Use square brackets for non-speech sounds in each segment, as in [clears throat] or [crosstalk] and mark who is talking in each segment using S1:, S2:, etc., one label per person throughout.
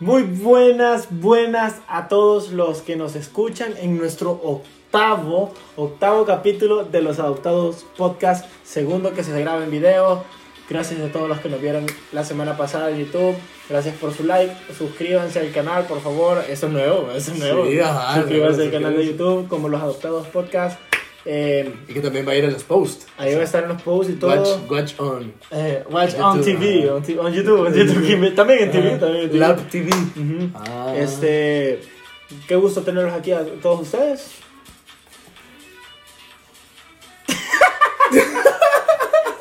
S1: Muy buenas, buenas a todos los que nos escuchan en nuestro octavo, octavo capítulo de los Adoptados Podcast, segundo que se graba en video. Gracias a todos los que nos vieron la semana pasada en YouTube. Gracias por su like. Suscríbanse al canal, por favor. Eso es nuevo, eso es nuevo.
S2: Sí, ajá,
S1: suscríbanse al
S2: claro,
S1: canal de
S2: suscríbanse.
S1: YouTube como los Adoptados Podcast. Eh,
S2: Y que también va a ir en los posts.
S1: ahí va a estar en los posts y todo.
S2: Watch, watch on.
S1: Eh, watch
S2: En
S1: on
S2: YouTube,
S1: TV,
S2: ajá.
S1: on, ti- on YouTube, on
S2: [laughs]
S1: YouTube, también en TV, también en TV.
S2: Lab TV.
S1: [laughs] Ujú.
S2: Ah.
S1: Este, qué gusto tenerlos aquí a todos ustedes. [laughs]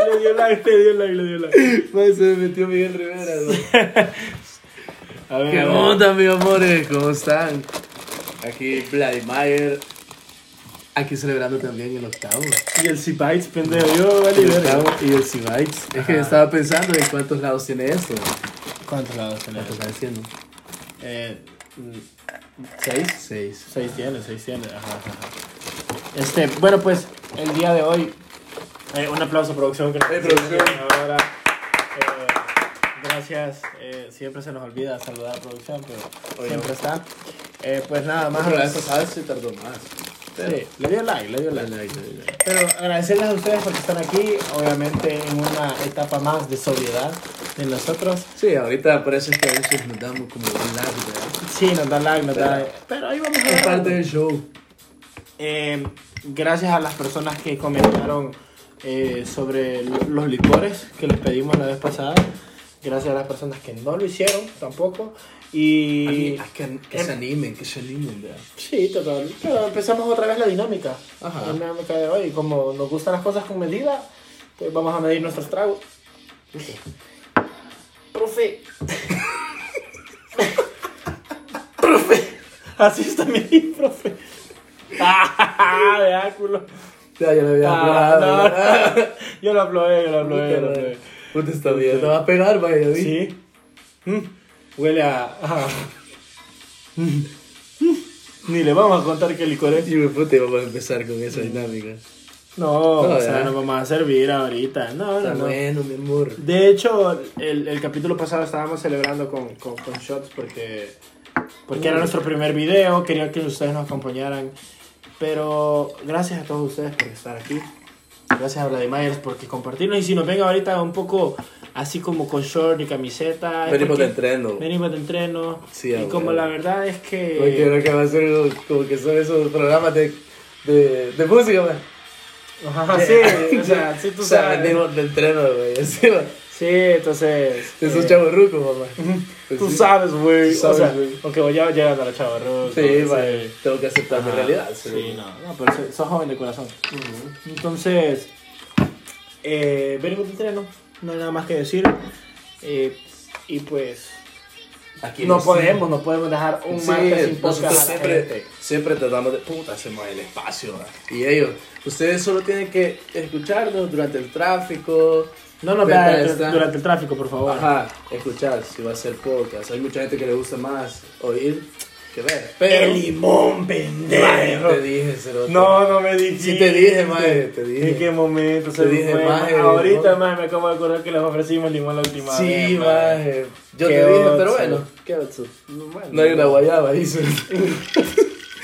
S1: le dio like, le dio like, le dio like.
S2: Pues, se me metió Miguel Rivera. ¿no?
S1: A ver,
S2: [laughs] ¿Qué
S1: a ver.
S2: onda, mis amores? ¿Cómo están? Aquí Vladimir. Aquí celebrando también el octavo.
S1: Y el C-Bites, pendejo, yo, vale,
S2: El
S1: verga.
S2: octavo y el Cibites. Es que
S1: Ajá.
S2: estaba pensando en cuántos lados tiene esto.
S1: ¿Cuántos lados
S2: Lo
S1: tenés?
S2: que está diciendo.
S1: Eh, mm, ¿Seis?
S2: Seis.
S1: Seis tiene, seis tiene. Ajá, ajá, ajá. Este, bueno, pues, el día de hoy, eh, un aplauso, producción. Que nos
S2: Hey, producción.
S1: Ahora, eh, gracias. eh, siempre se nos olvida saludar a producción, pero
S2: Oye.
S1: siempre está. Eh, pues nada más.
S2: Más la vez pasada se tardó más.
S1: Sí, le dio like, le dio
S2: Dale,
S1: like.
S2: dale, dale.
S1: Pero agradecerles a ustedes porque están aquí, obviamente en una etapa más de sobriedad de nosotros.
S2: Sí, ahorita por eso es que a veces nos damos como un lag, ¿verdad?
S1: Sí, nos da like, nos da
S2: Pero-
S1: Pero ahí vamos a
S2: Es
S1: ver.
S2: parte del show.
S1: Eh, gracias a las personas que comentaron eh, sobre lo- los licores que les pedimos la vez pasada. Gracias a las personas que no lo hicieron tampoco. Y.
S2: Ah, que, que se animen, que se animen, ¿verdad?
S1: Sí, total. Pero empezamos otra vez la dinámica.
S2: Ajá.
S1: La dinámica de hoy. Como nos gustan las cosas con medida, pues vamos a medir nuestros tragos. Profe. [laughs] profe. Así está mi [laughs] profe. Ah, de áculo.
S2: Ya, ya lo había
S1: Ah,
S2: probado.
S1: no. [laughs] yo lo aplaudé,
S2: [laughs]
S1: yo lo aplaudé. yo lo aplaudé.
S2: Puta, está bien. Te va a pegar, vaya, ¿viste?
S1: Sí. Mm, Huele a. a- Mm, mm. Ni le vamos a contar qué licor es.
S2: Y me puta, vamos a empezar con esa dinámica.
S1: No,
S2: No,
S1: o sea,
S2: ya.
S1: nos vamos a servir ahorita. No, no,
S2: Está
S1: no.
S2: bueno, mi amor.
S1: De hecho, el, el capítulo pasado estábamos celebrando con, con, con shots porque, porque era nuestro primer video, quería que ustedes nos acompañaran. Pero gracias a todos ustedes por estar aquí. Gracias a Vladimir porque compartirnos. Y si nos ven ahorita un poco así como con short y camiseta. es
S2: Venimos
S1: porque
S2: de entreno.
S1: Venimos de entreno.
S2: Sí,
S1: y
S2: abuelo.
S1: como la verdad es que...
S2: Porque creo que va a ser como- como que son esos programas de, de, de música, man.
S1: Ajá, Ah, sí,
S2: [laughs]
S1: o sea, sí tú
S2: O sea,
S1: sabes.
S2: venimos de entreno, güey. Así, man.
S1: Sí, entonces...
S2: De esos
S1: eh,
S2: chavos rucos, mamá. Pues
S1: Tú
S2: sí.
S1: sabes, güey.
S2: Tú sabes,
S1: O sea,
S2: güey.
S1: aunque voy ya llegando a la chava, ¿no?
S2: Sí,
S1: Entonces,
S2: vale. Tengo que aceptar mi
S1: ajá.
S2: realidad.
S1: Ah, Sí, no, no, pero so- sos joven de corazón. Entonces, eh, venimos de entreno, no hay nada más que decir. Eh, y pues,
S2: Aquí
S1: no
S2: sí.
S1: podemos, no podemos dejar un
S2: Sí,
S1: martes sin
S2: nosotros
S1: podcast. a la
S2: siempre,
S1: gente.
S2: siempre tratamos de puta, hacemos el espacio. ¿verdad? Y ellos, ustedes solo tienen que escucharnos durante el tráfico.
S1: No nos
S2: Verdad,
S1: vean
S2: está.
S1: durante el tráfico, por favor.
S2: Ajá, escuchar si va a ser podcast. Hay mucha gente que le gusta más oír que ver. Pero
S1: El limón,
S2: Ay,
S1: pendejo.
S2: te dije, cerote.
S1: No, no me dijiste.
S2: Sí te dije, mae, te dije.
S1: ¿En qué momento? Se
S2: dije,
S1: fue,
S2: mae,
S1: Ahorita,
S2: no.
S1: mae, me acabo de acordar que les ofrecimos limón la última vez.
S2: Sí, maje. Yo
S1: Qué
S2: te dije, pero
S1: otso.
S2: bueno, qué otso.
S1: Bueno.
S2: No hay una guayaba, dice. Ah,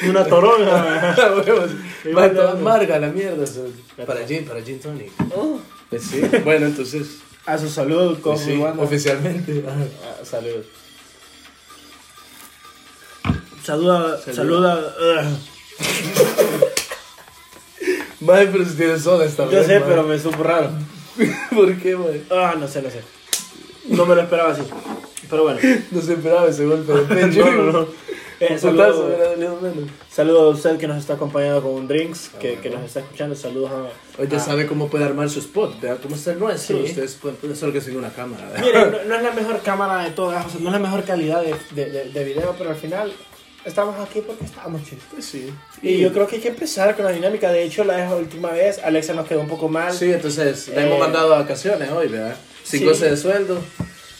S1: Una
S2: [laughs]
S1: toronja.
S2: Huevos. Va
S1: Igual
S2: a tomar
S1: no.
S2: marga la mierda. cerote. Para gin, para gin tonic. Pues sí. Bueno, entonces.
S1: A su salud,
S2: Pues
S1: coffee
S2: sí,
S1: Wanda. [laughs]
S2: oficialmente.
S1: Ah, salud. Saluda, saluda. ugh.
S2: Madre, pero si tienes soda esta
S1: Yo
S2: vez.
S1: sé, pero
S2: madre.
S1: me supo raro.
S2: ¿Por qué, madre? [laughs]
S1: Ah, no sé, no sé. No me lo esperaba así. Pero bueno.
S2: No se esperaba ese golpe de pecho.
S1: [laughs] No, no, no. Eh,
S2: Un putazo,
S1: saludo,
S2: hubiera dolido menos.
S1: saludo a usted que nos está acompañando con un drinks, que, que nos está escuchando. Saludos [laughs] a.
S2: Oye,
S1: a-
S2: sabe cómo puede armar su spot, ¿verdad? ¿Cómo está el nuestro?
S1: Ah. Sí.
S2: Ustedes pueden poner solo que sin una cámara,
S1: [laughs]
S2: ¿verdad?
S1: Miren, no, no es la mejor cámara de todas, o sea, no es la mejor calidad de, de- de- de video, pero al final estamos aquí porque estamos chicos.
S2: Pues sí.
S1: Y yo creo que hay que empezar con la dinámica. De hecho, la última vez Alexa nos quedó un poco mal.
S2: Sí, entonces, la
S1: Eh,
S2: hemos mandado a vacaciones hoy, ¿verdad? Sin
S1: sí.
S2: goce de sueldo,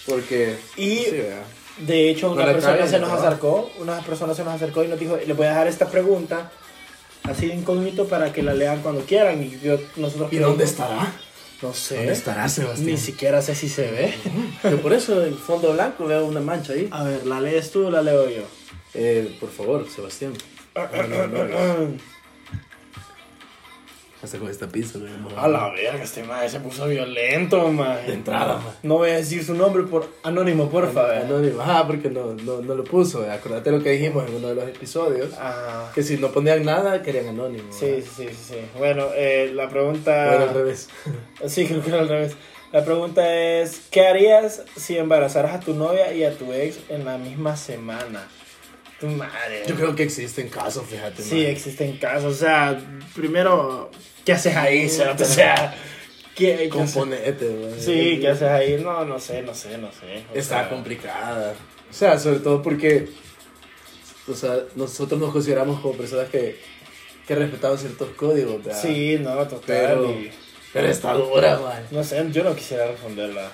S2: porque... pues
S1: Y-
S2: Sí, ¿verdad?
S1: De hecho, una
S2: No le
S1: persona
S2: cabe,
S1: se nos
S2: ¿no?
S1: acercó, una persona se nos acercó y nos dijo, les voy a dejar esta pregunta así de incógnito para que la lean cuando quieran. Y yo, nosotros
S2: ¿Y dónde estará?
S1: No sé.
S2: ¿Dónde estará Sebastián?
S1: Ni siquiera sé si se ve.
S2: Que por eso en fondo blanco veo una mancha ahí.
S1: A ver, ¿la lees tú o la leo yo?
S2: Eh, por favor, Sebastián.
S1: Ah,
S2: No, no, no, Hasta con esta pizza lo hemos-
S1: [clears throat] A la verga, este madre se puso violento,
S2: De
S1: man.
S2: entrada, man.
S1: No voy a decir su nombre por anónimo, por favor.
S2: Anónimo. Ah, porque no, no, no lo puso. eh. Acordate lo que dijimos en uno de los episodios.
S1: Ah,
S2: Que si no ponían nada, querían anónimo.
S1: sí,
S2: ¿verdad?
S1: sí, sí, sí. Bueno, eh, la
S2: Bueno, al
S1: pregunta...
S2: revés.
S1: Sí, creo que era al revés. La pregunta es, ¿qué harías si embarazaras a tu novia y a tu ex en la misma semana? Tu madre.
S2: Yo creo que existen casos, fíjate.
S1: Sí,
S2: man.
S1: existen casos. O sea, primero, ¿qué haces ahí? cerote? O sea, ¿qué, qué haces?
S2: Componete, man.
S1: Sí, ¿qué haces ahí? No, no sé, no sé, no sé. O
S2: Está
S1: sea,
S2: complicada. O sea, sobre todo porque o sea, nosotros nos consideramos como personas que, que respetamos ciertos códigos, ¿verdad?
S1: Sí, no, total.
S2: Pero-
S1: y-
S2: Pero está dura, man.
S1: No sé, yo no quisiera responderla.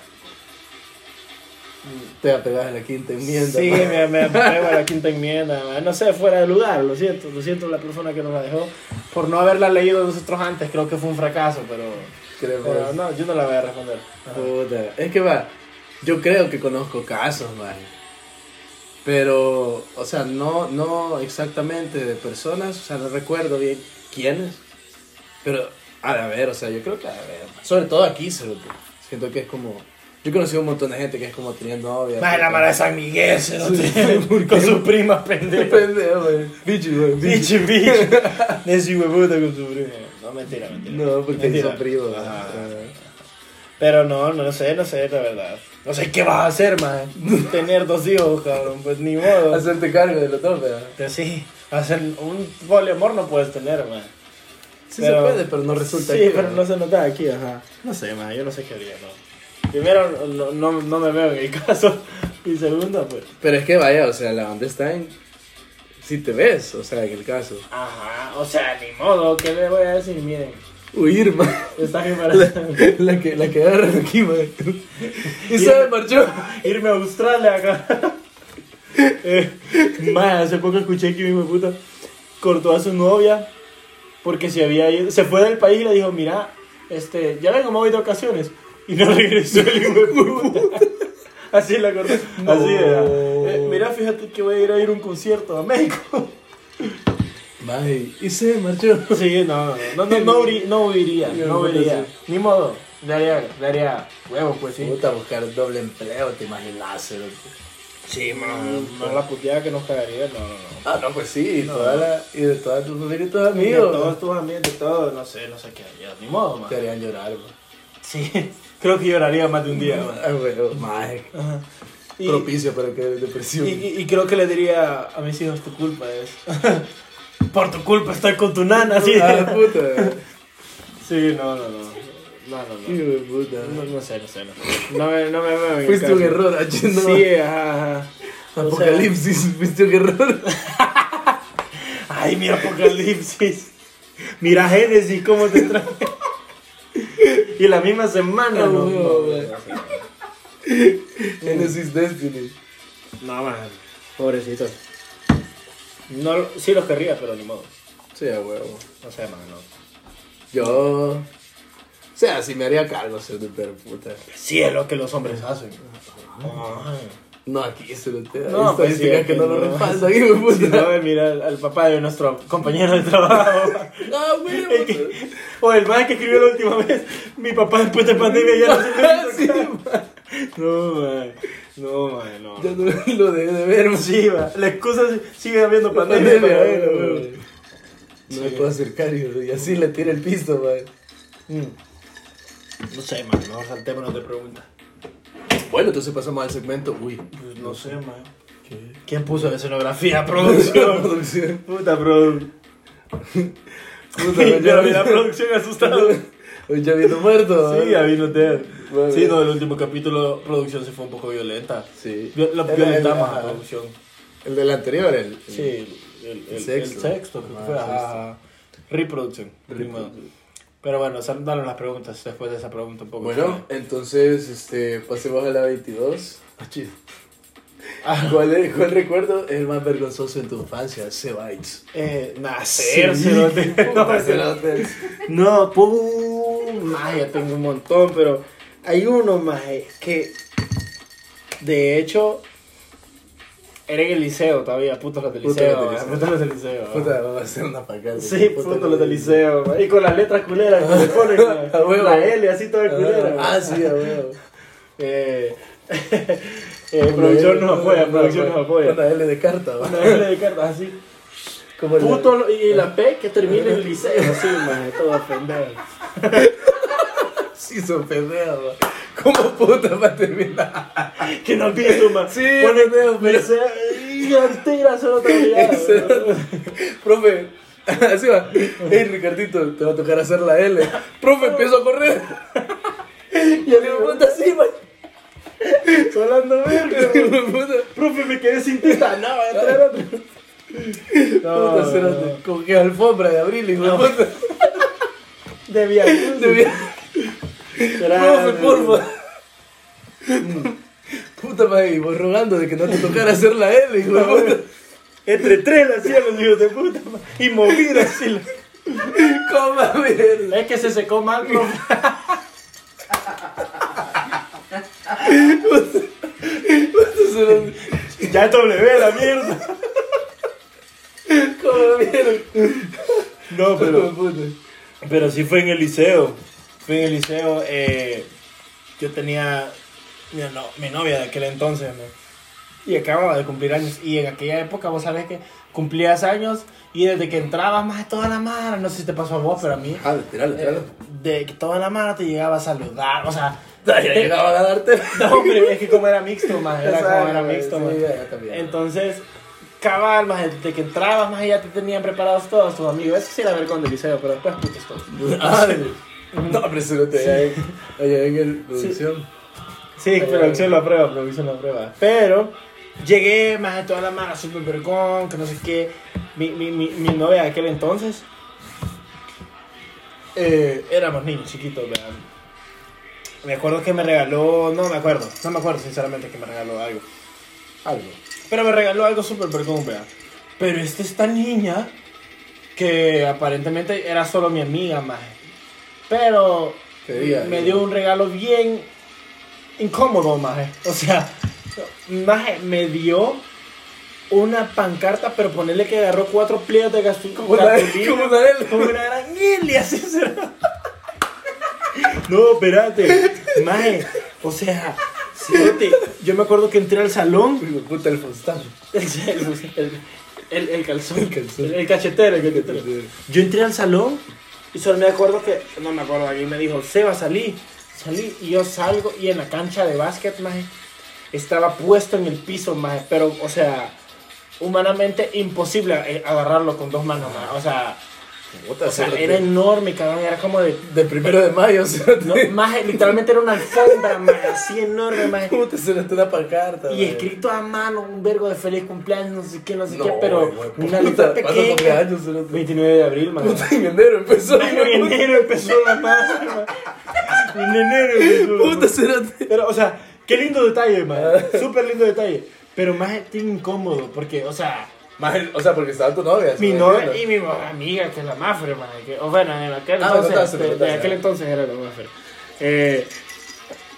S2: Te apegas a la quinta enmienda.
S1: sí,
S2: man.
S1: me, me apego a la quinta enmienda. man. No sé, fuera de lugar, lo siento. Lo siento la persona que nos la dejó por no haberla leído nosotros antes. Creo que fue un fracaso, pero,
S2: [laughs] Creo pues. que-
S1: pero no, yo no la voy a responder.
S2: Puta. Es que va, yo creo que conozco casos, man. Pero, o sea, no, no exactamente de personas, o sea, no recuerdo bien quiénes. Pero, a la ver, o sea, yo creo que a ver. Sobre todo aquí, cerote. siento que es como. Yo he conocido un montón de gente que es como teniendo novia.
S1: Más la
S2: [laughs]
S1: mara de San Miguel, se lo
S2: Sí.
S1: tiene con sus primas, pendejo.
S2: Pendejo, man. Bicho, man, bicho.
S1: Bicho, bicho. [laughs] Necio hijo de puta con su primo. No, mentira, mentira.
S2: No, porque ahí son
S1: Mentira.
S2: primos. man.
S1: Ajá.
S2: Ah.
S1: Pero no, no sé, no sé, la verdad. No sé qué vas a hacer, man. Tener dos hijos, cabrón, pues ni modo.
S2: Hacerte cargo de los dos, ¿verdad?
S1: Pero sí, hacer un poliamor no puedes tener, man.
S2: Sí
S1: Pero-
S2: se puede, pero no resulta
S1: Sí,
S2: que-
S1: pero no se nota aquí, ajá. No sé, man, yo no sé qué haría, no. Primero, no, no, no me veo en el [laughs] caso. Y segundo, pues.
S2: Pero es que vaya, o sea, la onda está en. Si te ves, o sea, en el caso.
S1: Ajá, o sea, ni modo, ¿qué le voy a decir? Miren,
S2: Huir, man.
S1: estás [laughs]
S2: La,
S1: embarazada.
S2: [laughs] la que, la que agarran aquí, man. Y se me marchó.
S1: irme a Australia acá. Eh, mae, hace poco escuché que mi hijo de puta cortó a su novia porque se había ido, se fue del país y le dijo, mira, este, ya vengo, me voy de ocasiones. Y no [laughs] regresó el hijo de puta. Así la cortó.
S2: No.
S1: Así era. Eh, mira, fíjate que voy a ir a ir a un concierto a México.
S2: Man, y- y se me marchó.
S1: [laughs] Sí, no, no, no, no, no, huiría, no huiría, no huiría. Ni modo, le haría, le haría huevos, pues sí.
S2: Puta, buscar doble empleo, te imaginas. eh. cerote.
S1: Sí, no, la puteada que nos cagaría, no, no, no.
S2: Ah, no, pues sí, y, toda la- y de toda tu familia y tus
S1: Y de
S2: amigos.
S1: todos tus ambientes, todo, no sé, no sé qué haría. Ni modo,
S2: man,
S1: man.
S2: Te harían llorar, man.
S1: Sí, [laughs] creo que lloraría más de un día, man.
S2: Ah, bueno, man,
S1: Ajá. Y,
S2: Propicio para que depresión.
S1: y- y- y creo que le diría a mis hijos, tu culpa es. [laughs] Por tu culpa estoy con tu nana, sí.
S2: Ah,
S1: [laughs]
S2: la puta, man.
S1: Sí, no, no, no. No, no, no.
S2: Hijo de puta. man.
S1: No, no sé, no sé, no. No me, no me veo en el
S2: Fuiste un
S1: caso.
S2: error, H, no.
S1: Sí, ajá, ajá. O sea,
S2: Apocalipsis, fuiste un error.
S1: ay, mira Apocalipsis. Mira Génesis, cómo te [laughs] trae. Y la misma semana, Ah, no, no, no.
S2: Genesis Destiny.
S1: No, man. Pobrecito. No, lo- sí los querría, pero ni modo.
S2: Sí, a huevo.
S1: No sé, man, no.
S2: Yo. O sea, si me haría cargo, ser de pero puta.
S1: Sí es lo que los hombres hacen. Ay.
S2: No, aquí se lo te da.
S1: No,
S2: No,
S1: pues sí,
S2: que no lo
S1: no.
S2: respaldan, hijo de
S1: Si
S2: puta.
S1: no, Pues, mira al, al papá de nuestro compañero de trabajo.
S2: Ah,
S1: El
S2: huevo.
S1: que- o el man que escribió la última vez. Mi papá después de
S2: [laughs]
S1: pandemia ya no se
S2: Ah,
S1: puede
S2: sí,
S1: tocar".
S2: man.
S1: No, man. No, man, no.
S2: [laughs] Ya no lo dejé de ver, man.
S1: Sí, man. La excusa es- sigue habiendo
S2: La
S1: pandemia.
S2: pandemia,
S1: para
S2: bueno,
S1: verlo,
S2: huevo.
S1: man.
S2: No me puedo acercar, hijo, y así le tira el pisto, man.
S1: Mm. No sé, man. No saltémonos de preguntas.
S2: Bueno, entonces pasamos al segmento. Uy.
S1: Pues no sé, man.
S2: ¿Qué?
S1: ¿Quién puso la escenografía? [laughs]
S2: La [laughs]
S1: Producción.
S2: producción.
S1: Puta, producción. [laughs]
S2: Puta, man, ya
S1: Pero vi
S2: vi-
S1: la producción asustada.
S2: [laughs] Hoy ya vino muerto.
S1: Sí,
S2: man.
S1: ya vino Ted.
S2: Bueno.
S1: Sí, no, el último capítulo, producción se fue un poco violenta.
S2: Sí.
S1: Vi- La
S2: El-
S1: violentamos
S2: el-
S1: a producción.
S2: El del anterior, el.
S1: pues. Sí, el, el, el- el
S2: sexto.
S1: sexto, creo que
S2: Ah,
S1: fue.
S2: el sexto.
S1: Ajá. Reproducción.
S2: Reproducción.
S1: Ni modo. Pero bueno, sal- danos las preguntas después de esa pregunta un poco.
S2: Bueno, entonces, este, pasemos a la 22.
S1: Ah,
S2: ¿Cuál, es- cuál recuerdo es el más vergonzoso en tu infancia? Sebites. [laughs]
S1: [laughs] eh, nacer, cerote.
S2: Puta, cerote.
S1: No, no, pu- más, yo tengo un montón, pero hay uno más que de hecho era en el liceo todavía, putos los del
S2: Putos
S1: liceo.
S2: los del
S1: maje,
S2: liceo.
S1: Putos los del liceo. maje.
S2: Puta, vamos a hacer una pacada.
S1: Sí, putos los del
S2: [laughs]
S1: liceo. maje. Y con las letras culeras que le ponen, maje.
S2: A huevo.
S1: la L así toda culera.
S2: Ah,
S1: maje.
S2: sí,
S1: [laughs]
S2: a huevo.
S1: Eh, [laughs] eh, producción nos apoya, producción nos apoya.
S2: Una L de carta, va.
S1: Una L de cartas así.
S2: Como la-
S1: Puto lo- y la P que termina en liceo, sí, maje, todo pendejo.
S2: [laughs] Sí, son pendejos, va. ¿Cómo puta va a terminar?
S1: [laughs] Que no pienso más.
S2: Sí,
S1: Pone-
S2: pendejo, pero-
S1: liceo, y tira solo te [laughs] olvidaron,
S2: [laughs] Ese- [laughs]
S1: bro.
S2: Profe, así va. Hey, Ricardito, te va a tocar hacer la L. Profe, empiezo a [laughs] correr.
S1: Y el hijo de puta así, man. Solando verga, man.
S2: Hijo de puta.
S1: Profe, me quedé sin tinta. No, voy a traer otro.
S2: Puta, cerote. Como que alfombra de abril, hijo de
S1: No.
S2: puta.
S1: De viaje.
S2: Te vi- Profe, porfa. Mm. Puta madre, y vos rogando de que no te tocara hacer la L, hijo de puta.
S1: Entre tres la hacían los hijos de puta. man. Y movida así. la-
S2: Coma mierda.
S1: Es que se secó mal, profe.
S2: Puta cerote. [laughs]
S1: Ya W la mierda.
S2: Coma mierda.
S1: No,
S2: Hijo de puta.
S1: Pero sí fue en el liceo. Fue en el liceo. eh, yo tenía mi, no- mi novia de aquel entonces. ¿no? Y acababa de cumplir años. Y en aquella época, vos sabés que cumplías años. Y desde que entrabas más de toda la mara, no sé si te pasó a vos, pero a mí.
S2: Ah, tiralo,
S1: eh, De que toda la mara te llegaba a saludar. O sea.
S2: [laughs] Ya
S1: te-
S2: llegaban a darte.
S1: [laughs] no, hombre, es que como era mixto, más. Era como era mixto, más.
S2: Sí, ya, ya también.
S1: Entonces, cabal, más desde que entrabas, más ya te tenían preparados todos tus amigos. Eso sí era ver con el liceo, pero después putas pues, todo.
S2: Ah, no, pero se lo te allá en el producción.
S1: Sí, producción lo aprueba, producción lo aprueba. Pero llegué más de toda la mara, súper vergón, que no sé qué. Mi, mi, mi, mi novia de aquel entonces. eh, éramos niños chiquitos, ¿verdad? Me acuerdo que me regaló, no me acuerdo, no me acuerdo sinceramente que me regaló algo.
S2: Algo.
S1: Pero me regaló algo súper vergón, ¿verdad? Pero esta esta niña que aparentemente era solo mi amiga, más. Pero
S2: Te diga,
S1: me
S2: eh.
S1: dio un regalo bien incómodo, maje. O sea, maje, me dio una pancarta, pero ponerle que agarró cuatro pliegos de gastu-
S2: Como una
S1: cartulina,
S2: como una L.
S1: como una gran L, y así será. No, espérate. Maje, o sea, fíjate, yo me acuerdo que entré al salón.
S2: Hijo de puta el Fonstan.
S1: El, el, el, el calzón,
S2: El calzón.
S1: el- el cachetero, el cachetero. Yo entré al salón y solo me acuerdo que, no me acuerdo, alguien me dijo, Seba, salí, salí. Y yo salgo y en la cancha de básquet, maje, estaba puesto en el piso, maje, pero, o sea, humanamente imposible eh, agarrarlo con dos manos, maje. O sea,
S2: Puta,
S1: o sea,
S2: cerote.
S1: era enorme, cabrón, era como de...
S2: de primero de mayo, cerote.
S1: No, maje, literalmente era una alfombra, maje, así enorme, maje.
S2: Puta, se lo te da para carta.
S1: Y
S2: güey.
S1: escrito a mano, un vergo de feliz cumpleaños, no sé qué, no sé
S2: No,
S1: qué, pero
S2: güey,
S1: una
S2: puta,
S1: letra
S2: pasa
S1: pequeña.
S2: cumpleaños, cerote.
S1: 29 de abril, man. [laughs]
S2: Puta, en enero empezó.
S1: En
S2: hijo de
S1: enero empezó la mano. En enero empezó.
S2: Puta,
S1: la
S2: Puta,
S1: madre.
S2: cerote.
S1: Pero, o sea, qué lindo detalle,
S2: [laughs]
S1: man. Súper lindo detalle. Pero más es incómodo, porque, o sea,
S2: Más el- o sea, porque estaba tu novia.
S1: mi
S2: ¿sí?
S1: novia y mi amiga, que es la Mafre, man. que- o bueno, en aquel
S2: Ah,
S1: entonces,
S2: contaste,
S1: de- de
S2: contaste,
S1: aquel
S2: ah.
S1: entonces era la Mafre. Eh,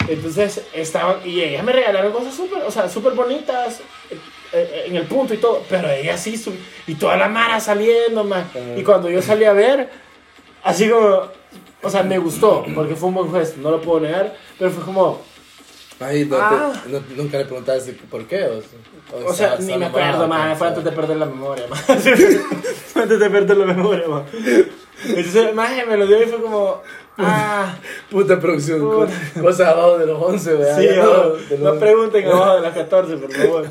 S1: entonces estaban, y ellas me regalaron cosas súper, o sea, súper bonitas, eh, eh, en el punto y todo, pero ella sí, su- y toda la mara saliendo, man.
S2: Ah.
S1: Y cuando yo salí a ver, así como, o sea, me gustó, porque fue un buen gesto, no lo puedo negar, pero fue como,
S2: Ay, no te-
S1: Ah.
S2: no- nunca le preguntaste por qué. O, sea,
S1: O sea,
S2: estaba-
S1: ni
S2: estaba
S1: me acuerdo,
S2: enamorada,
S1: más, fue
S2: estaba-
S1: antes de perder la memoria, más. [laughs] Fue antes de perder la memoria, más. Entonces, más me lo dio y fue como, ah,
S2: Puta producción,
S1: Puta.
S2: co- cosas abajo de los 11, ¿verdad?
S1: sí,
S2: Ya
S1: no,
S2: de
S1: no
S2: los-
S1: pregunten abajo de las 14, por favor.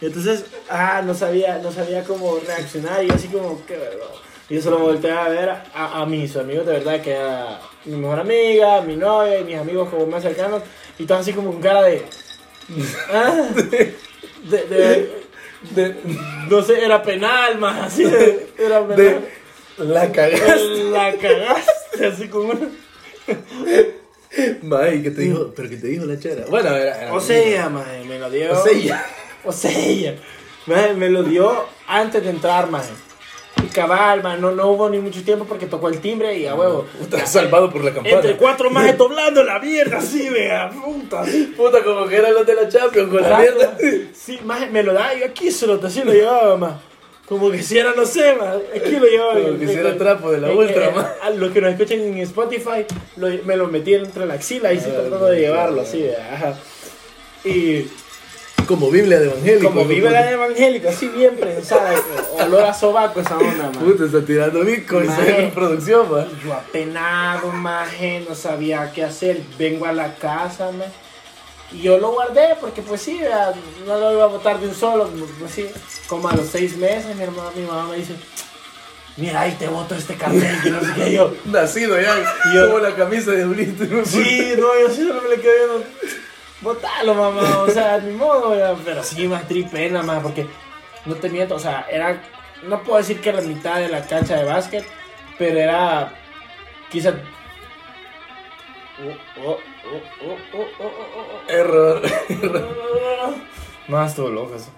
S1: Y entonces, ah, no sabía, no sabía cómo reaccionar y yo así como, qué vergüenza. Y yo solo me volteaba a ver a, a mis amigos de verdad, que era mi mejor amiga, mi novia y mis amigos como más cercanos, y todos así como con cara de, ah, de- de
S2: de,
S1: No sé, era penal, más así. de- [laughs] Era penal.
S2: de la cagaste.
S1: La cagaste así con una.
S2: Mae, ¿qué te dijo? ¿Pero qué te dijo la chera? Bueno, era. era
S1: O sea, maje, me lo dio.
S2: O sea, ya.
S1: O sea, maje, me lo dio antes de entrar, maje. Y cabal, man, no, no hubo ni mucho tiempo porque tocó el timbre y a huevo.
S2: Puta, salvado por la campana.
S1: Entre cuatro más doblando la mierda, sí, vea, puta, sí.
S2: Puta, como que eran los de la Champions con la mierda.
S1: Pues, [laughs] Sí, maje, me lo da y yo aquí solo, así lo llevaba, más. Como que si era, no sé, ma, aquí lo llevaba.
S2: Como que si era trapo de la
S1: Eh,
S2: ultra,
S1: eh,
S2: ma.
S1: a los que nos escuchan en Spotify, lo- me lo metí entre la axila y sí
S2: Ah,
S1: tratando de
S2: no,
S1: llevarlo,
S2: no.
S1: así, vea, ajá. Y
S2: Como Biblia de Evangelio.
S1: como vive la de evangélico, así bien prensada, [laughs] con olor a sobaco esa onda, man.
S2: Puta, está tirando Bitcoin
S1: Maje.
S2: en producción, man.
S1: Yo apenado, maje, no sabía qué hacer. Vengo a la casa, me. Y yo lo guardé porque, pues sí, vea, no lo iba a botar de un solo. Pues sí, como a los seis meses, mi hermana, mi mamá me dice: Mira, ahí te boto este cartel, que no sé qué. Y yo,
S2: Nacido ya,
S1: Yo-
S2: como la camisa de Blitz.
S1: sí, no, yo sí solo me le quedé viendo. Botalo, mamá, o sea, ni modo, vea, pero sí, más tripena, más, porque no te miento, o sea, era, no puedo decir que la mitad de la cancha de básquet, pero era quizá. Oh, oh, oh, oh, oh, oh, oh,
S2: Error.
S1: oh, oh, oh. Más todo loco eso.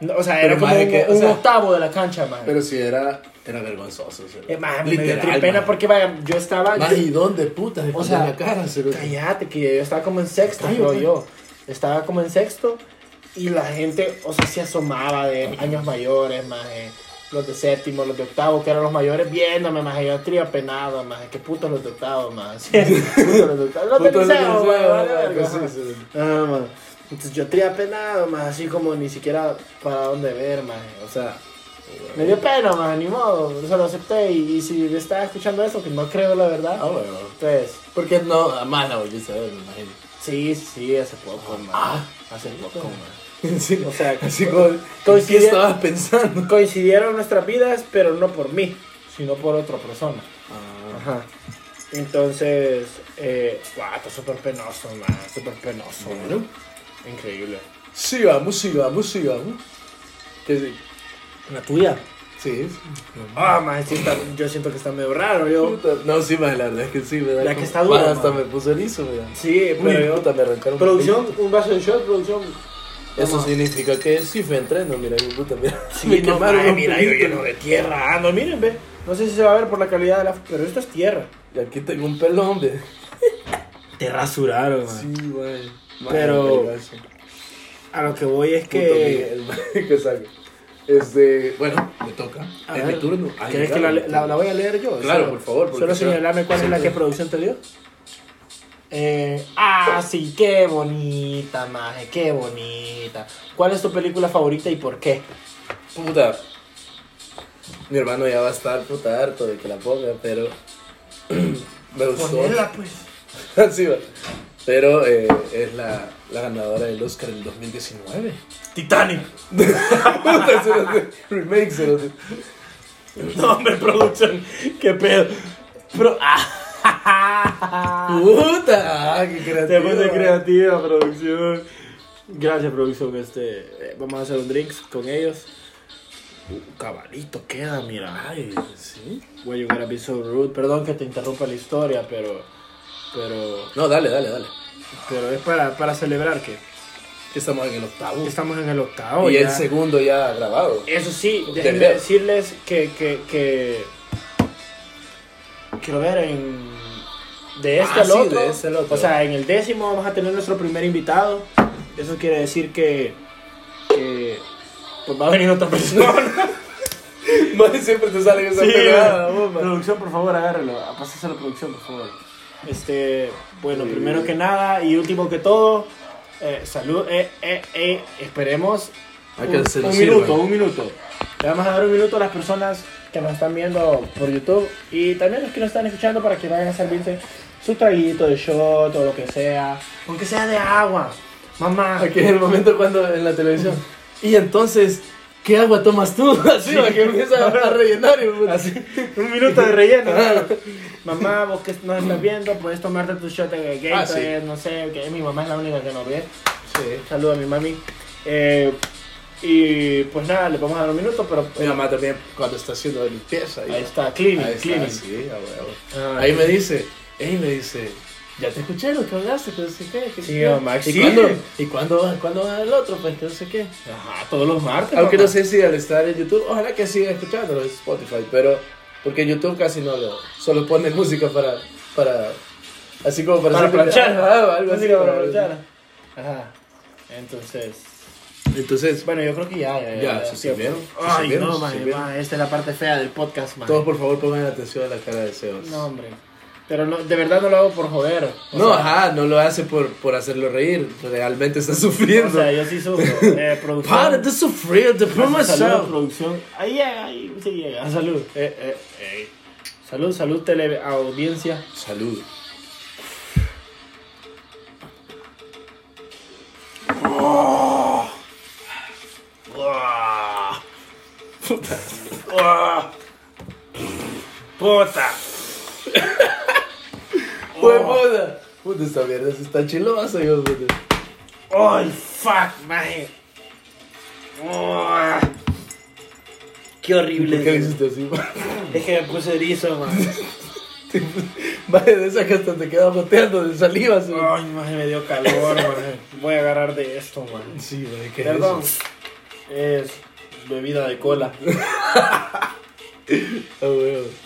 S1: No, O sea,
S2: Pero
S1: era como
S2: más de
S1: un,
S2: que, o
S1: un
S2: sea-
S1: octavo de la cancha, más.
S2: Pero sí, era, era vergonzoso. o sea,
S1: Eh, más, me dio
S2: literal,
S1: tripena
S2: man.
S1: porque, vaya, yo estaba.
S2: Man, ¿y dónde putas le
S1: O
S2: ponen
S1: sea,
S2: la cara? se lo-
S1: Cállate, que yo estaba como en sexto,
S2: Cállate.
S1: creo yo. Estaba como en sexto y la gente, o sea, se asomaba de años mayores, más eh, los de séptimo, los de octavo, que eran los mayores, viéndome, más yo tría penado, más que putos los de octavo, más. Putos los de octavo, los de
S2: Puta,
S1: liceo,
S2: lo que sea,
S1: güey, vale,
S2: man,
S1: verga,
S2: pues sí,
S1: ajá.
S2: sí.
S1: Ah, man. Entonces yo tría penado, más así como ni siquiera para dónde ver, más. O sea, me dio pena, más, ni modo. Eso lo acepté y, y si estaba escuchando eso, que no creo la verdad,
S2: Ah, bueno.
S1: entonces.
S2: Porque no, a más la volviste a ver, me imagino. [laughs]
S1: Sí, sí, hace poco, man.
S2: Ah.
S1: hace poco, man.
S2: Sí,
S1: O sea,
S2: así como, ¿en qué
S1: coincidía-
S2: estabas pensando?
S1: Coincidieron nuestras vidas, pero no por mí, sino por otra persona. Ajá. Entonces, eh, guau, está súper penoso, man, súper penoso, man.
S2: Bueno.
S1: Increíble.
S2: Sí, vamos, sí, vamos, sí, vamos. Que sí.
S1: ¿La tuya?
S2: Sí. sí.
S1: Ah, man, sí está- yo siento que está medio raro, yo.
S2: Puta, No, sí, más la verdad es que sí, me da
S1: La
S2: como-
S1: que está dura,
S2: Man, hasta
S1: man.
S2: me puso liso, man.
S1: Sí,
S2: Uy,
S1: pero yo...
S2: puta, me arrancaron.
S1: Producción, un vaso de shot, producción.
S2: Eso
S1: Vamos.
S2: significa que sí fue entreno, mira, mi puta, mira.
S1: Sí, no, man,
S2: los
S1: mira, yo
S2: pelitos.
S1: lleno de tierra ando, miren, ve. No sé si se va a ver por la calidad de la... Pero esto es tierra.
S2: Y aquí tengo un pelón, ve.
S1: Te rasuraron, man.
S2: Sí, güey.
S1: Pero-
S2: peligroso.
S1: A lo que voy es
S2: Puto
S1: que.
S2: Miguel, [laughs] man, que sabe. Este, bueno, me toca.
S1: A
S2: es
S1: ver,
S2: mi turno. Ay,
S1: ¿Querés que la,
S2: claro,
S1: la-
S2: mi
S1: la
S2: turno.
S1: voy a leer yo?
S2: Claro,
S1: Solo-
S2: por favor, porque
S1: Solo
S2: sea-
S1: señalarme cuál es la que producción te dio. Eh, ah, sí, qué bonita, maje, qué bonita. ¿Cuál es tu película favorita y por qué?
S2: Puta. Mi hermano ya va a estar puta harto de que la ponga, pero. [clears throat] me gustó.
S1: pues.
S2: [laughs] Sí, va. Pero eh, es la, la ganadora del Oscar del 2019.
S1: Titanic.
S2: [laughs]
S1: [laughs]
S2: Puta, se lo sé. Remake, se lo sé.
S1: No, hombre, producción. Qué pedo. Pro- [laughs] ah,
S2: Puta, ah, qué
S1: Te
S2: creativo.
S1: puse
S2: man.
S1: creativa, producción. Gracias, producción. Este, eh, vamos a hacer un drinks con ellos. Uh, cabalito queda, mira.
S2: Ay, sí.
S1: Güey, you gotta be so rude. Perdón que te interrumpa la historia, pero. Pero.
S2: No, dale, dale, dale.
S1: Pero es para, para celebrar que
S2: Que estamos en el octavo.
S1: estamos en el octavo.
S2: y
S1: ya.
S2: el segundo ya grabado.
S1: Eso sí,
S2: Del
S1: déjenme
S2: dedo.
S1: decirles que, que, que. Quiero ver en. De este
S2: Ah,
S1: al
S2: sí,
S1: otro.
S2: de este al otro.
S1: O sea, en el décimo vamos a tener nuestro primer invitado. Eso quiere decir que. que pues va a venir otra
S2: [laughs]
S1: persona.
S2: Madre, siempre te sale esa
S1: Sí,
S2: pegada, vos, man.
S1: producción, por favor, agárrelo. Pasas a la producción, por favor. Este, bueno, primero que nada y último que todo, eh, salud. eh, eh, eh, esperemos
S2: A que
S1: un,
S2: se lo
S1: un
S2: sirvan.
S1: minuto, un minuto. Le vamos a dar un minuto a las personas que nos están viendo por YouTube y también los que nos están escuchando para que vayan a servirse su traguito de shot o lo que sea, aunque sea de agua. Mamá,
S2: Aquí en el momento cuando en la televisión. Y entonces, ¿qué agua tomas tú? [laughs] Así, va, que empieza a rellenar. y, pues, puta.
S1: Así, un minuto de
S2: [laughs]
S1: relleno.
S2: Ah.
S1: mamá, vos que nos estás viendo, puedes tomarte tu shot de Gatorade,
S2: Ah, sí.
S1: no sé, que mi mamá es la única que nos ve.
S2: Sí.
S1: Saluda a mi mami. Eh, y pues nada, le vamos a dar un minuto, pero
S2: Mi mamá también cuando está haciendo limpieza. y-
S1: ahí está, cleaning,
S2: Ahí está,
S1: cleaning.
S2: sí, a huevo.
S1: Ah,
S2: Ahí me dice, ahí me dice, Ya te escuché lo que hablaste, que no sé qué. que no sé
S1: Sí,
S2: qué".
S1: mamá,
S2: ¿Y
S1: exige.
S2: cuándo, ¿Y cuándo, va- cuándo va el otro? Pues que no sé qué.
S1: Ajá, todos los martes.
S2: Aunque
S1: papá.
S2: no sé si al estar en YouTube, ojalá que siga escuchándolo en Spotify, pero porque en YouTube casi no lo, solo pone [laughs] música para, para, así como para,
S1: Para
S2: hacer-
S1: planchar.
S2: [laughs] Ajá, ah, algo así.
S1: Música para
S2: para-
S1: aprovechar. Ajá. Entonces.
S2: Entonces,
S1: Bueno, yo creo que ya. Ya,
S2: Ya, se
S1: sí,
S2: sirvieron,
S1: pues.
S2: se
S1: Ay,
S2: sirvieron,
S1: no,
S2: se
S1: man,
S2: sirvieron.
S1: man, Esta es la parte fea del podcast, man.
S2: todos por favor pongan atención a la cara de Sebas.
S1: No, hombre. Pero no, de verdad no lo hago por joder. O
S2: No,
S1: sea,
S2: ajá, no lo hace por, por hacerlo reír, realmente está
S1: [laughs]
S2: sufriendo.
S1: O sea, yo sí [laughs] sufro. Eh, producción.
S2: Para de sufrir, de por
S1: Gracias, Salud,
S2: myself.
S1: producción. Ahí llega, ahí se llega. Salud. Eh, eh, eh. Salud, salud, tele audiencia.
S2: Salud.
S1: Uah. Uah. Puta. Oh.
S2: Huevuda. Puta, esta mierda sí está chilosa, yo, puta.
S1: Ay, fuck, man. Uah. Qué
S2: ¿Por
S1: horrible.
S2: qué le hiciste así? [laughs] man?
S1: Es que me puse erizo, man.
S2: Madre de esa que hasta te queda boteando de saliva. sí.
S1: Ay, man, me dio calor, [laughs] man. Voy a agarrar de esto, man.
S2: Sí, madre, ¿qué es
S1: Perdón. Es bebida de cola.
S2: eso? Ah, huevo.
S1: [laughs]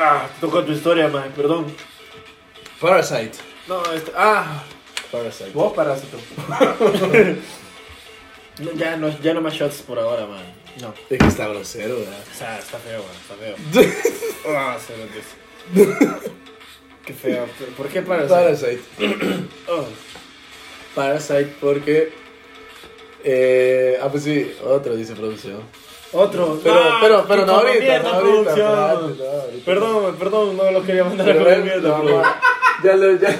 S1: Ah, toca tu historia, man. Perdón.
S2: Parasite.
S1: No, este. Ah.
S2: Parasite.
S1: Vos parásito. No, [laughs] ya, no, ya no más shots por ahora, man. No. O
S2: Es que está grosero, ¿verdad? [laughs]
S1: sea, está feo, man. Está feo. Ah, se lo dice. [laughs] Qué feo. ¿Por- ¿Por qué para
S2: Parasite.
S1: Oh,
S2: Parasite porque... Eh, ah, pues sí, otro dice producción.
S1: otro.
S2: Pero,
S1: Ah,
S2: pero, pero no
S1: puta
S2: ahorita.
S1: mierda,
S2: no ahorita,
S1: producción.
S2: no, ahorita, no, ahorita.
S1: Perdón, man, perdón, no lo quería mandar a
S2: Pero
S1: comer
S2: él-
S1: mierda,
S2: no,
S1: producción.
S2: ma, Ya lo, ya.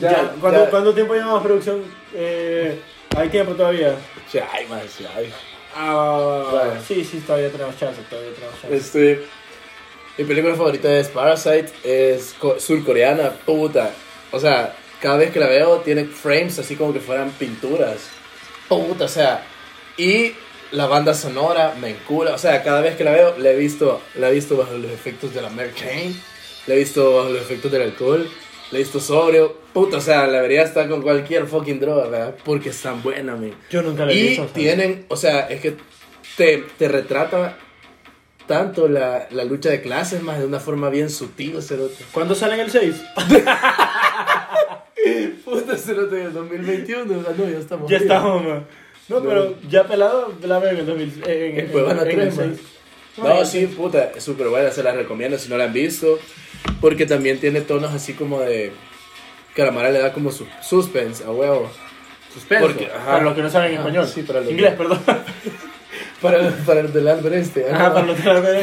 S1: Ya, ¿cuánto, cuánto tiempo llevamos producción? Eh, ¿Hay tiempo todavía?
S2: Ya, ay, man, ya, ay.
S1: Ah,
S2: Vale.
S1: Sí, sí, todavía tenemos chance, todavía tenemos chance.
S2: [laughs] Este, mi película favorita es Parasite, es co- surcoreana, puta. O sea, cada vez que la veo tiene frames así como que fueran pinturas. Puta, o sea, y la banda sonora me encula. O sea, cada vez que la veo la he visto, la he visto bajo los efectos de la Mary Jane, la he visto bajo los efectos del alcohol, la he visto sobrio. Puta, o sea, la vería hasta con cualquier fucking droga, ¿verdad? Porque es tan buena, man.
S1: Yo nunca lo he
S2: Y
S1: visto. o sea.
S2: tienen, o sea, es que te, te retrata tanto la, la lucha de clases, más de una forma bien sutil, Cerote.
S1: ¿Cuándo salen el
S2: [laughs]
S1: 6?
S2: Puta, Cerote, en 2021, o sea, ah, no, ya estamos.
S1: Ya
S2: ahí.
S1: estamos, man. No,
S2: No.
S1: pero ya pelado, la veo en el 2000. En,
S2: En Cuevana
S1: en el
S2: 3, man.
S1: seis.
S2: No, sí, puta, es súper buena, se la recomiendo si no la han visto, porque también tiene tonos así como de... Caramara le da como su- suspense a huevo.
S1: Suspenso.
S2: Porque, ajá.
S1: para los que no saben
S2: Ah,
S1: español.
S2: sí, para los-
S1: Inglés,
S2: [laughs]
S1: perdón.
S2: Para, para el del Albert este.
S1: Ajá,
S2: ¿no?
S1: Ah, para los que no saben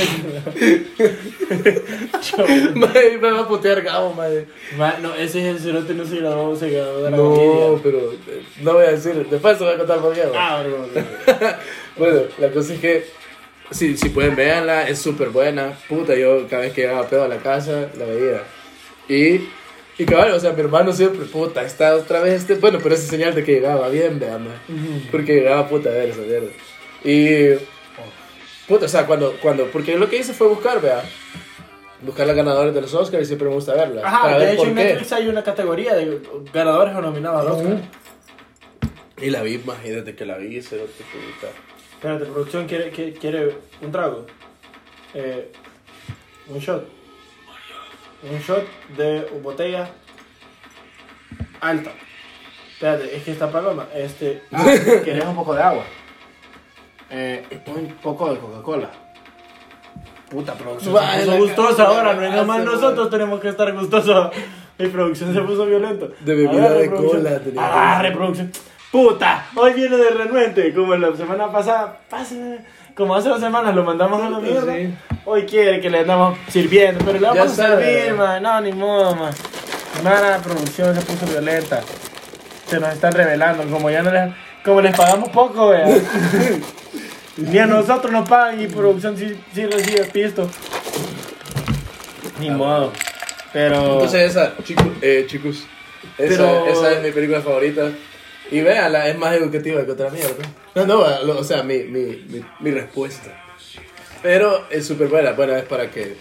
S1: español.
S2: [laughs] Madre, me va a putear Gabo, madre.
S1: Ma, no, ese es el cerote, no se grabó, se grabó de la
S2: No,
S1: comedia.
S2: pero eh, no voy a decir, después te voy a contar por qué. güey.
S1: Ah, bro, bro.
S2: Bueno, la cosa es que si, si pueden verla, es súper buena. Puta, yo cada vez que llegaba pedo a la casa, la veía. Y, y cabrón, o sea, mi hermano siempre, puta, está otra vez este. Bueno, pero es señal de que llegaba bien, vean, ma. Porque llegaba puta a ver esa mierda. Y. Puta, o sea, cuando, cuando. Porque lo que hice fue buscar, vea. Buscar las ganadoras de los Oscars y siempre me gusta verla.
S1: Ajá,
S2: para
S1: de
S2: ver
S1: hecho
S2: por
S1: en
S2: qué.
S1: Netflix hay una categoría de ganadores o nominados al Oscar.
S2: Y la vi, más, y desde que la vi, se lo que puta.
S1: Espérate, producción quiere, quiere, quiere un trago. Eh, un shot. Un shot de botella alta. Espérate, es que está paloma. Este. Ah, [laughs] ¿Querés un poco de agua? Eh, un poco de Coca-Cola. Puta producción.
S2: Vale,
S1: se
S2: la
S1: puso gustosa
S2: cara,
S1: ahora, no es nada
S2: hace,
S1: más
S2: güey.
S1: nosotros tenemos que estar gustosos. [laughs] Mi producción se puso violenta.
S2: De bebida
S1: Agarre,
S2: de
S1: producción. Ah,
S2: cola, tenía
S1: Agarre,
S2: que-
S1: producción. Puta, hoy viene de renuente, como la semana pasada. Pásame. Como hace dos semanas lo mandamos a la
S2: Sí.
S1: mierda. Hoy quiere que le andamos sirviendo, pero le vamos
S2: Ya
S1: a
S2: sabe.
S1: servir, man. No, ni modo, man. Mala producción se puso violenta. Se nos están revelando, como ya no les, como les pagamos poco,
S2: [laughs]
S1: vea. Ni a nosotros nos pagan y producción sí, sí recibe pisto. Ni modo. Pero.
S2: Entonces esa, chicos, eh, chicos esa,
S1: Pero-
S2: esa es mi película favorita. Y véanla, es más educativa que otra mierda. No, no, lo- o sea, mi, mi, mi, mi respuesta. Pero es súper buena, bueno, es para que,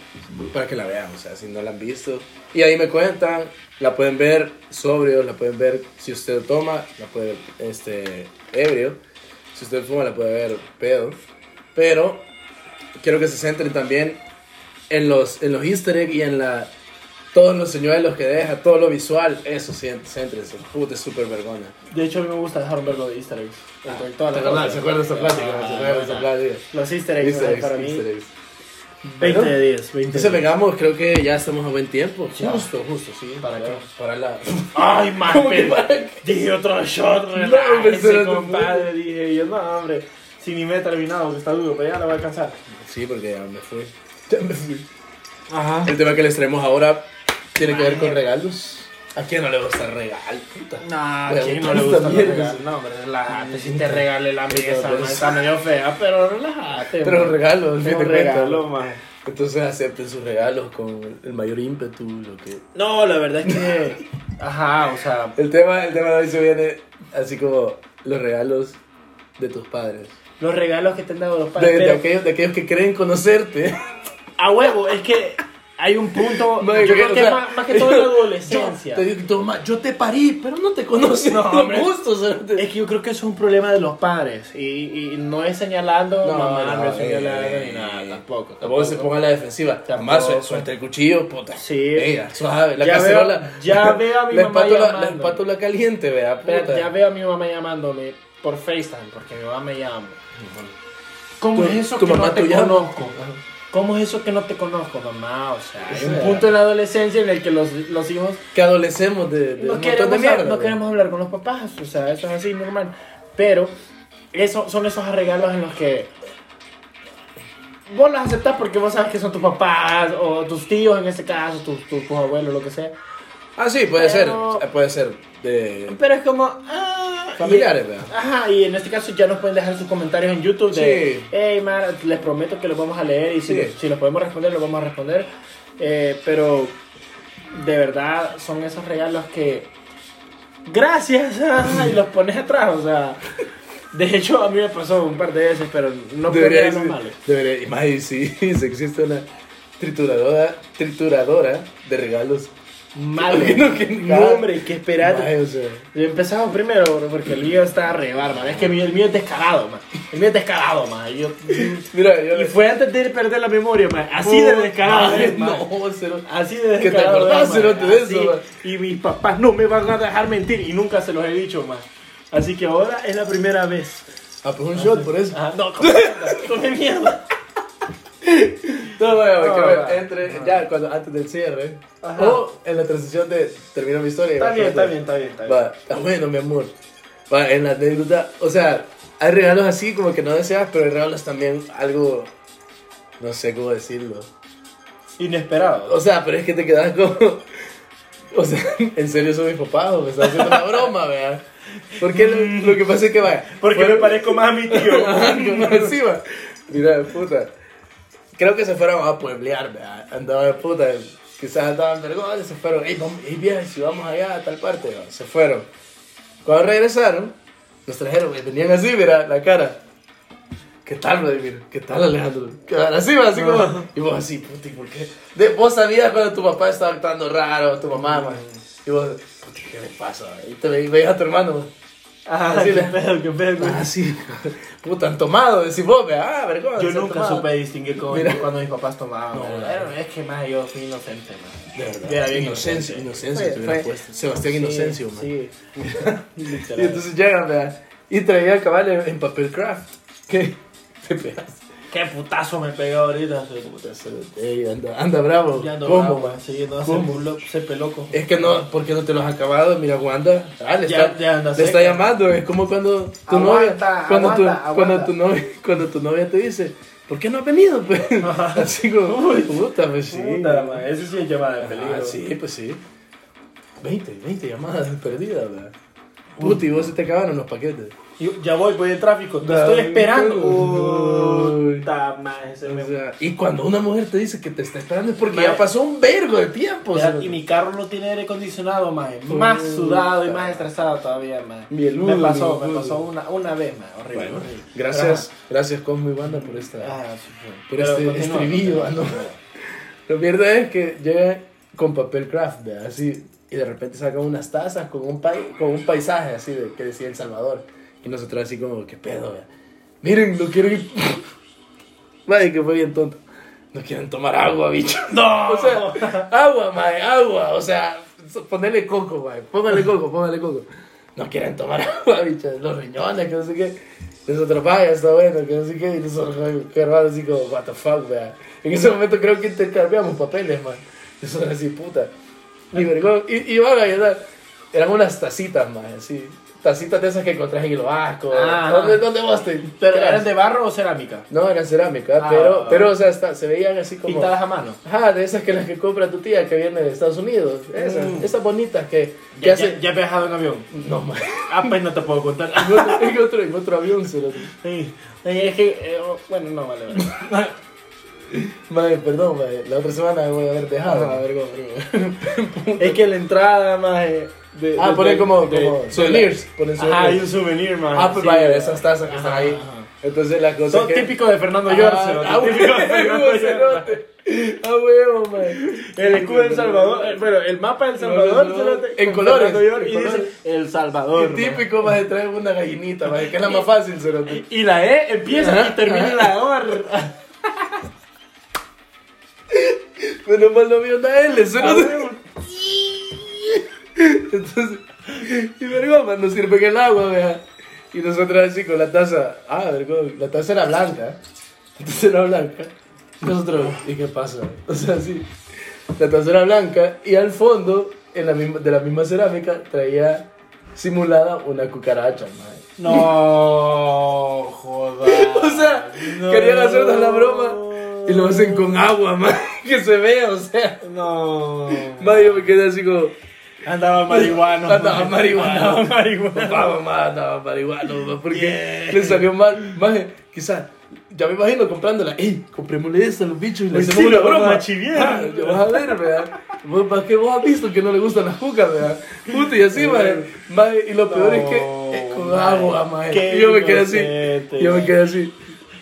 S2: para que la vean, o sea, si no la han visto. Y ahí me cuentan, la pueden ver sobrio, la pueden ver si usted toma, la puede ver este, ebrio, si usted fuma, la puede ver pedo. Pero quiero que se centren también en los, en los easter eggs y en la, todos los señuelos que deja, todo lo visual, eso, sí, céntrense, puta, es súper vergona.
S1: De hecho, a mí me gusta dejar un vergo de easter eggs. Entre todas
S2: ¿Se
S1: las
S2: acuerdan?
S1: cosas.
S2: Ah, ¿Se acuerdan de esta plática?
S3: Ah,
S2: ¿Se acuerdan de esta
S3: ah,
S2: plática?
S1: Los easter eggs,
S2: Easter eggs,
S1: para mí,
S2: easter eggs.
S1: 20
S2: Bueno.
S1: de 10. 20
S2: Entonces
S1: de 10.
S2: vengamos, creo que ya estamos a buen tiempo.
S1: Ya.
S2: Justo, justo, sí.
S3: ¿Para
S2: Ya,
S3: qué?
S2: Para la... [coughs]
S1: Ay, más
S2: ¿Cómo que para qué?
S1: Dije otro shot,
S2: No, pues, pensé en
S1: relájese,
S2: otro
S1: compadre. Dije yo, no, hombre. Si ni me he terminado, que está duro, pero ya la voy a alcanzar.
S2: Sí, porque ya me fui. Ya me fui.
S1: Ajá.
S2: El tema que les traemos ahora tiene que ver con regalos. ¿A quién no le gusta el regalo? puta?
S1: No, ¿a
S2: Bueno,
S1: quién no le gusta
S2: también,
S1: regalos?
S2: pues,
S1: No, hombre, relájate. Si te regalé la mesa,
S2: pues.
S1: man, está medio fea, pero relájate.
S2: Pero
S1: man.
S2: un regalo, al
S1: Es
S2: fin de
S1: un
S2: cuentas.
S1: regalo, man.
S2: Entonces acepten sus regalos con el mayor ímpetu, lo que...
S1: No, la verdad es que. Ajá, o sea.
S2: El tema, el tema de hoy se viene así como los regalos de tus padres.
S1: Los regalos que te han dado los
S2: De,
S1: padres.
S2: de
S1: pero
S2: aquellos, de aquellos que
S1: [laughs]
S2: creen conocerte. [laughs]
S1: a huevo, es que hay un punto.
S2: Madre,
S1: yo
S2: que,
S1: creo que
S2: o sea,
S1: más, más que todo en la adolescencia.
S2: [laughs] Yo te, digo, tu mamá, yo te parí, pero no te conoces.
S1: No,
S2: [laughs] No,
S1: hombre.
S2: gusto, o sea, no te-
S1: Es que yo creo que eso es un problema de los padres. Y, y no es señalando
S2: No,
S1: mamá, no,
S2: no,
S1: es
S2: eh,
S1: señalando
S2: eh,
S1: ni nada, tampoco.
S2: Tampoco se ponga a la defensiva.
S1: Tampoco.
S2: Mamá, su- suelta el cuchillo, puta.
S1: Sí.
S2: Ella, suave. La
S1: Ya veo-
S2: cacerola.
S1: ya
S2: [laughs]
S1: veo a mi
S2: la
S1: mamá
S2: Espátula, la
S1: llamando.
S2: espátula caliente, vea,
S1: Pero
S2: puta.
S1: ya veo a mi mamá llamándome por FaceTime, porque mi mamá me llama. ¿Cómo
S2: Tu-
S1: es eso
S2: tu
S1: que
S2: mamá
S1: no te
S2: te llama.
S1: conozco? ¿Cómo es eso que no te conozco, mamá? O sea, hay un
S2: sea.
S1: punto en la adolescencia en el que los, los hijos
S2: Que adolecemos de, de
S1: no
S2: un montón de
S1: queremos,
S2: mierda.
S1: no
S2: vea.
S1: queremos hablar con los papás, o sea, eso es así, normal. Pero eso, son esos regalos en los que vos los aceptás porque vos sabes que son tus papás o tus tíos en este caso, tus, tus, tus abuelos, lo que sea.
S2: Ah, sí, puede
S1: Pero-
S2: ser. Puede ser. De...
S1: Pero es como... ah,
S2: Familiares,
S1: y-
S2: ¿verdad?
S1: Ajá, y en este caso ya nos pueden dejar sus comentarios en YouTube de...
S2: Sí.
S1: Hey, Mar, les prometo que los vamos a leer y si,
S2: Sí.
S1: los- si los podemos responder, los vamos a responder. Eh, pero de verdad son esos regalos que... Gracias, [laughs] ah", y los pones atrás, o sea... De hecho, a mí me pasó un par de veces, pero no fue
S2: debería
S1: regalos malos.
S2: decir, debería, y más y si, [laughs] si existe una trituradora, trituradora
S1: [laughs]
S2: de regalos.
S1: Malo.
S2: [laughs] No, que-
S1: No, hombre, que esperate.
S2: Mae, o sea,
S1: Yo empezamos primero, bro, porque el mío está re bárbaro. Es que el mío, el mío es descarado, man. El mío es descarado, man. Yo-
S2: mira, yo
S1: y
S2: le-
S1: fue antes de perder la memoria, man. Así de descarado. ¿eh?
S2: Oh, Madre,
S1: es, man.
S2: No, cero.
S1: Así de
S2: Que te
S1: descarado.
S2: acordás,
S1: es, man.
S2: cerote, de eso,
S1: Así.
S2: man.
S1: Y mis papás no me van a dejar mentir y nunca se los he dicho, man. Así que ahora es la primera vez.
S2: Ah, pues un shot por eso.
S1: Ah, no, come mierda. Come
S2: [laughs]
S1: mierda.
S2: No, bueno, que
S1: No,
S2: bueno,
S1: va.
S2: entre, ya cuando, antes del cierre.
S1: Ajá.
S2: O en la transición de termino mi historia. y
S1: Está
S2: va,
S1: bien,
S2: suelta.
S1: está bien, está bien, está bien.
S2: Va, está bueno, mi amor. Va, en la anécdota, o sea, hay regalos así como que no deseas, pero hay regalos también algo, no sé cómo decirlo.
S1: Inesperado.
S2: O sea, pero es que te quedas como. [laughs] O sea, ¿en serio son mis papás? ¿O me están haciendo una broma, vea? Porque lo, lo que pasa es
S1: [laughs]
S2: que vaya.
S1: Porque me
S2: fueron-
S1: parezco más a mi
S2: [laughs]
S1: tío.
S2: Ajá, como encima. Mira, puta. Creo que se fueron a pueblear, vea. Andaban de puta. Quizás andaban vergones, se fueron. Ey, vamos, ey, vieja, si vamos allá a tal parte, vea. Se fueron. Cuando regresaron, los trajeron, güey. Tenían así, mira, la cara. ¿Qué tal, Vladimir? ¿Qué tal, Alejandro? ¿Qué tal? Así, va, así como. Y vos así, puti, ¿por qué? De- vos sabías cuando tu papá estaba actuando raro, tu mamá, man. Y vos, puti, ¿qué le pasa? man? Y te ve- veías a tu hermano, man.
S1: Ajá,
S2: Ah, Sí,
S1: qué
S2: la-
S1: pedo, qué pedo. güey.
S2: Ah, sí. Puta, han tomado, decís vos, vea, ah, vergüenza.
S1: Yo
S2: han
S1: nunca
S2: tomado.
S1: supe distinguir cómo-
S2: Mira.
S1: cuando mis papás tomaban.
S2: No,
S1: man.
S2: no.
S1: Pero es que más yo fui inocente, man.
S2: De verdad.
S1: Era bien
S2: Inocencio, Inocencio,
S1: Fue-
S2: te hubieras
S1: fue-
S2: puesto. Sebastián
S1: Sí,
S2: Inocencio, man. [laughs]
S1: Sí.
S2: Y entonces llegan, vea. Y traía cabal en en papel craft. ¿Qué? [laughs] Te pegas.
S1: Qué putazo me pegó ahorita.
S2: Puta, se- ey, anda, anda bravo.
S1: Ya no
S2: ¿Cómo,
S1: va,
S2: man?
S1: Sí, no, se,
S2: ¿Cómo? Eh,
S1: puló- se peló con-
S2: Es que no, ¿por qué no te lo has acabado? Mira, Wanda. Ah, le
S1: Ya-
S2: está,
S1: ya anda
S2: le está
S1: seca.
S2: llamando. Es como cuando tu
S1: Aguanta,
S2: novia. Cuando, tu,
S1: aguanta,
S2: Cuando,
S1: aguanta.
S2: tu novia cuando tu novia te dice, ¿por qué no has venido? [laughs] Pues? Así como,
S1: Uy.
S2: puta, pues sí.
S1: Puta, man, Eso sí es llamada de peligro.
S2: Ah, sí, pues sí. [laughs] 20, 20 llamadas perdidas, ¿verdad? Puti, vos se te acabaron los paquetes.
S1: Yo- ya voy, voy de tráfico. Te estoy esperando. Puta madre, se me-
S2: O sea, y cuando una mujer te dice que te está esperando es porque
S1: Madre.
S2: ya pasó un vergo de tiempo.
S1: Ya,
S2: cerote.
S1: Pues, y mi carro no tiene aire acondicionado, maje. Más
S2: Puta.
S1: sudado y más estresado todavía, maje.
S2: Mieludo,
S1: me pasó, me
S2: mieludo.
S1: pasó una, una vez, maje. Horrible,
S2: Bueno,
S1: horrible.
S2: gracias, gracias Cosmo y Banda por
S1: Pero,
S2: esta.
S1: ah, sí, sí.
S2: Por
S1: Pero
S2: este
S1: continúa,
S2: estribillo,
S1: continúa,
S2: ¿no?
S1: continúa.
S2: Lo mierda es que llegué con papel craft, ¿vea? así, y de repente sacan unas tazas con un, pai- con un paisaje así de que decía El Salvador. Y nosotros así como, ¿qué pedo? vea? Miren, no quieren ir... [laughs] Madre, que fue bien tonto. No quieren tomar agua, bicho.
S1: [laughs] No.
S2: O sea, agua, mae, agua. O sea, so- ponele coco, mae. Póngale coco, póngale coco. No quieren tomar [laughs] agua, bicho. Los riñones, que no sé qué. Nosotros, vaya, está bueno, que no sé qué. Y nosotros, ay, qué raro, así como, what the fuck, vea. En ese momento creo que intercambiamos papeles, mae. Nosotros así, puta. Y vergón. Y, y vaga, y era- eran unas tacitas, mae, así. Tacitas de esas que encontrás en el vasco.
S1: Ah.
S2: ¿Dónde, ¿Dónde vos te...?
S1: ¿Pero
S2: creas?
S1: eran de barro o cerámica?
S2: No, eran cerámica,
S1: Ah.
S2: pero, pero, o sea, está- se veían así como...
S1: Pintadas a mano.
S2: Ajá, de esas que las que compra tu tía que viene de Estados Unidos. Esas,
S1: Mm.
S2: esas bonitas que, que
S1: Ya, ya,
S2: hacen.
S1: ya he viajado en avión.
S2: No, man.
S1: Ah, pues no te puedo contar. [laughs]
S2: En otro, en otro, en otro avión se lo
S1: Sí. Es que, eh, bueno, no, vale, vale.
S2: Madre, perdón, madre. La otra semana me voy a haber dejado.
S1: Ajá,
S2: vergón,
S1: [laughs] Es que la entrada, maje. de-
S2: Ah,
S1: de-
S2: ponen
S1: de-
S2: como,
S1: de-
S2: como
S1: de-
S2: souvenirs. Ponen
S1: Ajá, hay un
S2: souvenirs.
S1: souvenir, maje.
S2: Ah, pues
S1: sí,
S2: vaya,
S1: maje.
S2: esas tazas que están ahí.
S1: Ajá, ajá.
S2: Entonces las cosas.
S1: Son
S2: que...
S1: típicos de Fernando
S2: Ah,
S1: York,
S2: ah,
S1: [laughs] típicos de Fernando
S2: huevo,
S1: York.
S2: cerote. Ah, huevo, madre.
S1: El escudo de El Salvador, eh, bueno, el mapa del Salvador,
S2: En
S1: cerote, con
S2: colores,
S1: Fernando York,
S2: en
S1: y dice
S2: colores.
S1: El Salvador.
S2: Y
S1: maje.
S2: típico, madre, traer una gallinita, madre, que es la más fácil, cerote.
S1: Y la E empieza
S2: Ajá,
S1: y termina en la OR.
S2: Menos mal no había una L,
S1: Ah,
S2: solo
S1: huevo.
S2: Entonces, y vergoma, nos sirven el agua, vea. Y nosotros así con la taza, ah, vergoma, la taza era blanca. La taza era blanca. Nosotros, ¿y qué pasa? O sea, sí. La taza era blanca y al fondo, en la misma, de la misma cerámica, traía simulada una cucaracha,
S1: [laughs]
S2: madre.
S1: No, [laughs] joda.
S2: O sea,
S1: No.
S2: querían hacernos la broma y lo hacen con agua, madre, [laughs] que se vea, o sea.
S1: No.
S2: Madre, yo me quedé así como...
S1: Andaba marihuano.
S2: Andaba
S1: maje.
S2: marihuano.
S1: [laughs] Andaba marihuano.
S2: Papá, mamá, andaba marihuana, mamá, porque
S1: Yeah.
S2: le salió mal. Maje, quizás, ya me imagino comprándola. ¡Ey, comprémosle esta a los bichos y le
S1: Pues
S2: hacemos
S1: sí,
S2: una
S1: lo vamos
S2: broma!
S1: a chiviar.
S2: Ah, ya vas a ver, ¿verdad? Vos, ¿Para qué vos has visto que no le gustan las cucas, verdad? Puta, y así, maje. Maje, y lo peor es que es con
S1: No,
S2: agua,
S1: maje.
S2: maje.
S1: Qué
S2: Y yo me quedé así.
S1: inocente,
S2: Yo me
S1: maje.
S2: quedé así.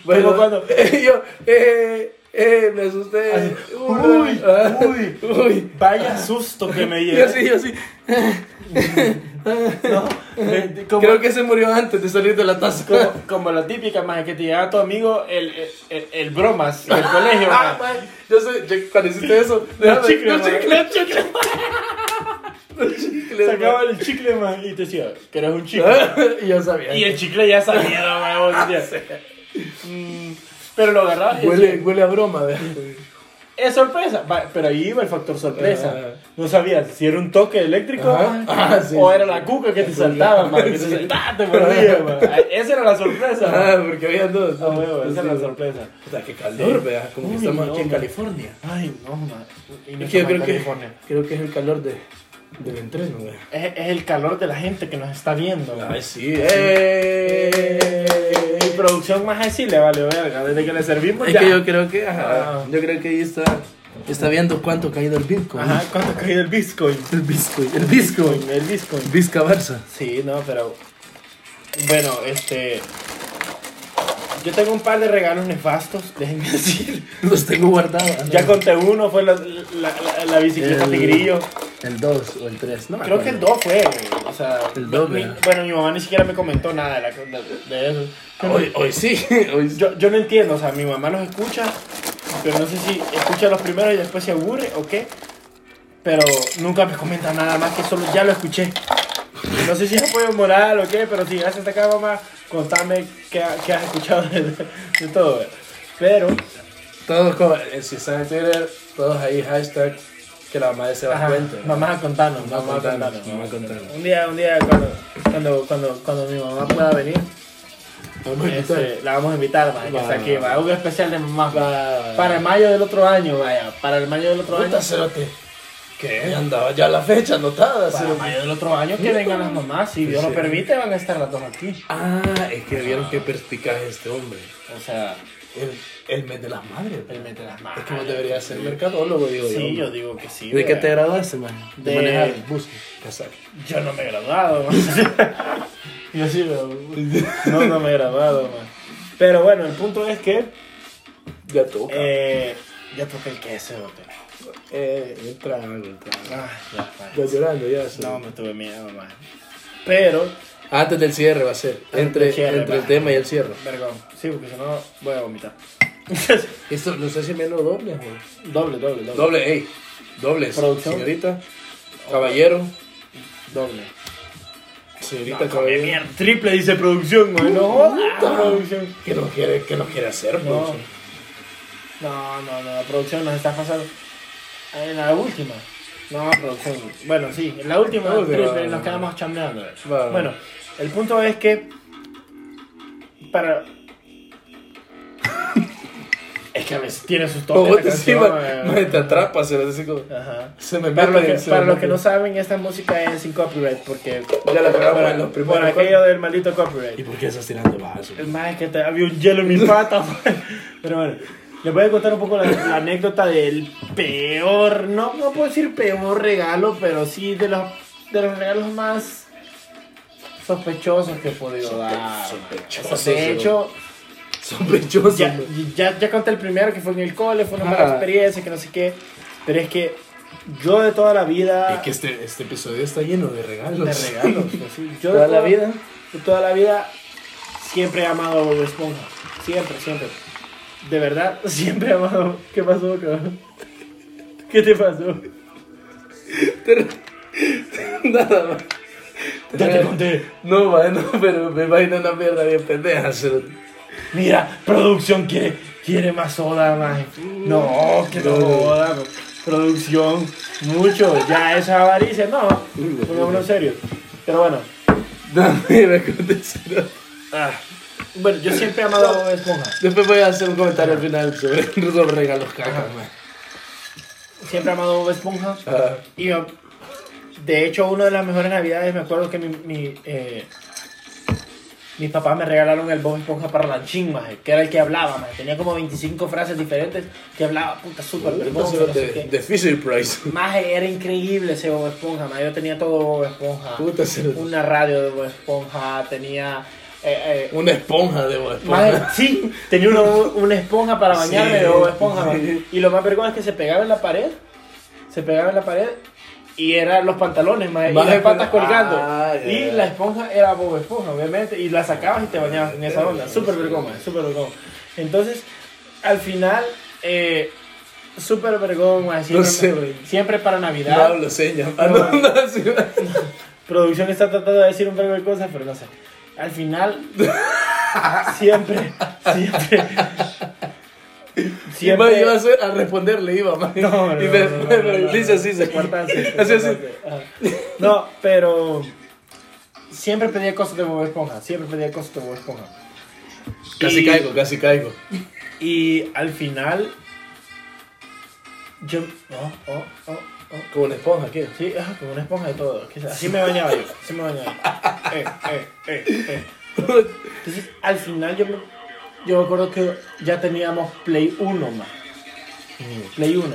S2: Bueno,
S1: Como
S2: [laughs]
S1: cuando-
S2: yo, eh, eh, me asusté.
S1: Uy,
S2: Ah,
S1: uy.
S2: [laughs] uy.
S1: Vaya susto que [laughs] me
S2: Y
S1: dio.
S2: así, yo así.
S1: [laughs] ¿no? De- de- como,
S2: Creo que se murió antes de salir de la taza.
S1: como, como la típica, maje, que te llegaba tu amigo el, el, el, el bromas del colegio,
S2: Ah,
S1: maje.
S2: man, yo sé, yo, cuando hiciste eso,
S1: Los
S2: déjame-
S1: chicles,
S2: los
S1: maje.
S2: chicles,
S1: Los chicles, maje.
S2: los chicles,
S1: Sacaba
S2: man.
S1: el chicle, maje, y te decía, que eres un chicle.
S2: [laughs] Y yo
S1: [laughs]
S2: sabía.
S1: Y el chicle ya [laughs] salía, maje, vos [laughs] decías. Mm, Pero lo agarrabas y
S2: huele,
S1: decías,
S2: huele a broma, ¿verdad?
S1: es sorpresa. Va, Pero ahí iba el factor sorpresa.
S2: Ajá.
S1: No sabías si era un toque eléctrico [laughs]
S2: Ajá.
S1: maje,
S2: Ah, sí,
S1: o
S2: sí,
S1: era
S2: sí.
S1: la cuca que te
S2: Sí.
S1: saltaba, maje, que
S2: [laughs] Sí.
S1: te saltaba, te mordía,
S2: [laughs]
S1: maje. Esa era la sorpresa, maje.
S2: Ah, porque había dos.
S1: Ah, huevo, esa era la sorpresa.
S2: Puta, qué calor, ¿verdad? Como
S1: Uy,
S2: que estamos
S1: no,
S2: aquí en
S1: man.
S2: California.
S1: Ay, no, man.
S2: Es que yo creo que, creo que es el calor de, del entreno, ¿verdad?
S1: Es, es el calor de la gente que nos está viendo. güey.
S2: Ay, sí. ¡Eh!
S1: Mi producción más así le vale verga. Desde que le servimos
S2: Es
S1: ya.
S2: que yo creo que, ajá,
S1: Ah.
S2: yo creo que ahí está, está viendo cuánto ha caído el Bitcoin.
S1: Ajá, ¿cuánto ha caído el Bitcoin?
S2: El Bitcoin, el Bitcoin.
S1: El Bitcoin.
S2: Vizca Barça.
S1: Sí, no, pero. Bueno, este. Yo tengo un par de regalos nefastos, [laughs] déjenme decir.
S2: Los tengo guardados.
S1: Ya conté uno, fue la, la, la- la bicicleta
S2: El-
S1: Tigrillo.
S2: El 2 o el 3, ¿no? me
S1: Creo que el
S2: acuerdo.
S1: 2 fue, güey. O sea,
S2: El dos,
S1: mi-
S2: ¿verdad?
S1: bueno, mi mamá ni siquiera me comentó nada de, la- de- de eso.
S2: Ah, Hoy, hoy sí. [laughs] Hoy sí.
S1: Yo, yo no entiendo, o sea, mi mamá los escucha, pero no sé si escucha los primeros y después se aburre o qué. Pero nunca me comenta nada más que solo ya lo escuché. No sé si es apoyo moral o qué, pero si llegaste hasta acá, mamá, contame qué, ha- qué has escuchado de, de todo. güey. Pero,
S2: Todos, como, eh, si están en Twitter, todos ahí hashtag que la mamá de
S1: ajá,
S2: Sebastián cuente.
S1: mamá, contanos,
S2: Mamá,
S1: mamá,
S2: contanos,
S1: contanos.
S2: mamá, contanos.
S1: Un día, un día, cuando, cuando, cuando, cuando mi mamá pueda venir,
S2: Vamos a
S1: este,
S2: invitar.
S1: la vamos a invitar, ma, que
S2: Va.
S1: saque, ma, un especial de mamá.
S2: Va.
S1: Para mayo del otro año, vaya. Para el mayo del otro año.
S2: Puta cerote. que andaba ya la fecha anotada.
S1: Para
S2: sino-
S1: mayo del otro año que vengan las mamás, si Dios
S2: pues. Sí.
S1: lo permite, van a estar las dos aquí.
S2: Ah, es que vieron qué perspicaz es este hombre.
S1: O sea,
S2: El, el mes de las madres.
S1: él mete las manos.
S2: Es que vos deberías ser mercadólogo, digo
S1: Sí, yo
S2: yo.
S1: digo que sí.
S2: ¿De qué
S1: güey.
S2: te graduaste, man?
S1: De-
S2: manejar buses, casaca.
S1: Yo no me he graduado. man. [laughs] Yo sí me... No, no me he graduado, man. Pero bueno, el punto es que...
S2: Ya toca.
S1: eh, ya toqué el queso, güey.
S2: Eh, el trago, el trago.
S1: Ah, ya, man.
S2: Estás llorando ya. sí.
S1: No, me tuve miedo, man. Pero...
S2: Antes del cierre va a ser. Entre,
S1: del cierre,
S2: entre
S1: va.
S2: el tema y el cierre.
S1: Vergón. Sí, porque si no voy a vomitar. [laughs]
S2: Esto no sé si menos doble. güey.
S1: doble, doble, doble.
S2: Doble, ey. Dobles.
S1: Producción.
S2: Señorita. Caballero.
S1: Doble.
S2: Señorita,
S1: No, come
S2: caballero.
S1: mierda. Triple dice producción, güey. No, jodas,
S2: Uh, Puta.
S1: producción.
S2: ¿Qué nos quiere, qué nos quiere hacer, pues?
S1: No.
S2: producción?
S1: No, no, no, la producción nos está pasando. En la última. No, producción. Bueno, sí, en la última
S2: La última.
S1: triple nos quedamos chambeando.
S2: Va.
S1: Bueno, el punto es que.
S2: [laughs]
S1: Para. es que a veces tiene sus
S2: No,
S1: toques.
S2: vos
S1: esta
S2: te, sí,
S1: canción,
S2: ma- ma-
S1: eh.
S2: te atrapas, se así como.
S1: Ajá.
S2: Se me
S1: Para los,
S2: mete,
S1: que,
S2: se
S1: para
S2: me
S1: los que
S2: mete.
S1: no saben, esta música es sin copyright porque.
S2: Ya la pegamos en
S1: Por,
S2: los
S1: por
S2: primeros.
S1: aquello del maldito copyright.
S2: ¿Y por qué estás tirando vaso?
S1: Es más, es que te- había un hielo en mi pata. [laughs] Pero bueno, les voy a contar un poco la, la anécdota del peor, no, no puedo decir peor regalo, pero sí de los, de los regalos más sospechosos que he podido dar.
S2: Sospechosos.
S1: De hecho,
S2: Sospechoso.
S1: ya,
S2: man.
S1: ya, ya conté el primero que fue en el cole, fue una mala
S2: Ajá.
S1: experiencia, que no sé qué. Pero es que yo de toda la vida...
S2: Es que este, este episodio está lleno de regalos.
S1: De regalos, pues sí. Yo de
S2: Toda la vida.
S1: de toda la vida siempre he amado a Bob Esponja. Siempre, siempre. De verdad, [laughs] siempre he amado. ¿Qué pasó, cabrón? ¿Qué te pasó?
S2: [laughs] Nada más.
S1: Ya te conté.
S2: No, man, no, [laughs] pero me imagino una mierda bien pendeja. cerote.
S1: Mira, producción quiere, quiere más soda, man. No, que no
S2: No.
S1: joda. no. Producción, mucho. Ya esa avaricia, no. Pongámonos serio. Pero bueno.
S2: Dame, [laughs] me conté, cerote.
S1: ah, Bueno, yo siempre he amado a Bob Esponja.
S2: Después voy a hacer un comentario al final sobre [laughs] los regalos cacas, man.
S1: Siempre he amado a Bob Esponja.
S2: Ah,
S1: Y yo, de hecho, una de las mejores navidades, me acuerdo que mi, mi, eh, mis papás me regalaron el Bob Esponja para Lanchín, maje, que era el que hablaba, maje. tenía como 25 frases diferentes que hablaba, puta, súper vergonzoso. no sé
S2: de,
S1: qué.
S2: de Fisher Price. [laughs]
S1: Maje, era increíble ese Bob Esponja, maje. yo tenía todo Bob Esponja,
S2: Puta, cerote.
S1: una radio de Bob Esponja, tenía... eh, eh,
S2: Una esponja de Bob
S1: Maje,
S2: Esponja.
S1: sí, tenía una, una esponja para bañarme
S2: Sí,
S1: de Bob esponja.
S2: sí.
S1: man. Y lo más vergüenza es que se pegaba en la pared, se pegaba en la pared y eran los pantalones, maje,
S2: Maje,
S1: y las patas
S2: pero-
S1: colgando.
S2: Ah, ya,
S1: Y
S2: ya.
S1: la esponja era Bob Esponja, obviamente, y la sacabas y te bañabas en esa onda. Súper vergüenza, maje, súper vergüenza. Entonces, al final, eh, súper vergüenza, maje,
S2: No
S1: siempre,
S2: sé, güey.
S1: siempre para
S2: No
S1: Navidad.
S2: hablo señas. Ah, no, no, así, man. [laughs]
S1: Producción está tratando de decir un verbo de cosas, pero no sé. Al final,
S2: [laughs]
S1: siempre, siempre.
S2: Y más iba a, hacer- a responderle, iba, más.
S1: No, no,
S2: y
S1: no,
S2: me,
S1: no, no,
S2: me-
S1: no, no,
S2: dice
S1: no.
S2: así, se [laughs]
S1: Importante,
S2: Así, así.
S1: importante. Ajá. Ah. No, pero. Siempre pedía cosas de Bob Esponja. Siempre pedía cosas de Bob Esponja.
S2: Casi
S1: Y-
S2: caigo, casi caigo.
S1: Y al final. Yo. Oh, oh, oh, oh.
S2: Como una esponja, ¿qué?
S1: Sí, ah, como una esponja de todo. que Así me bañaba yo. Así me bañaba yo. Eh, eh, eh, eh. Entonces, al final yo me, yo me acuerdo que ya teníamos Play 1 más. Play 1.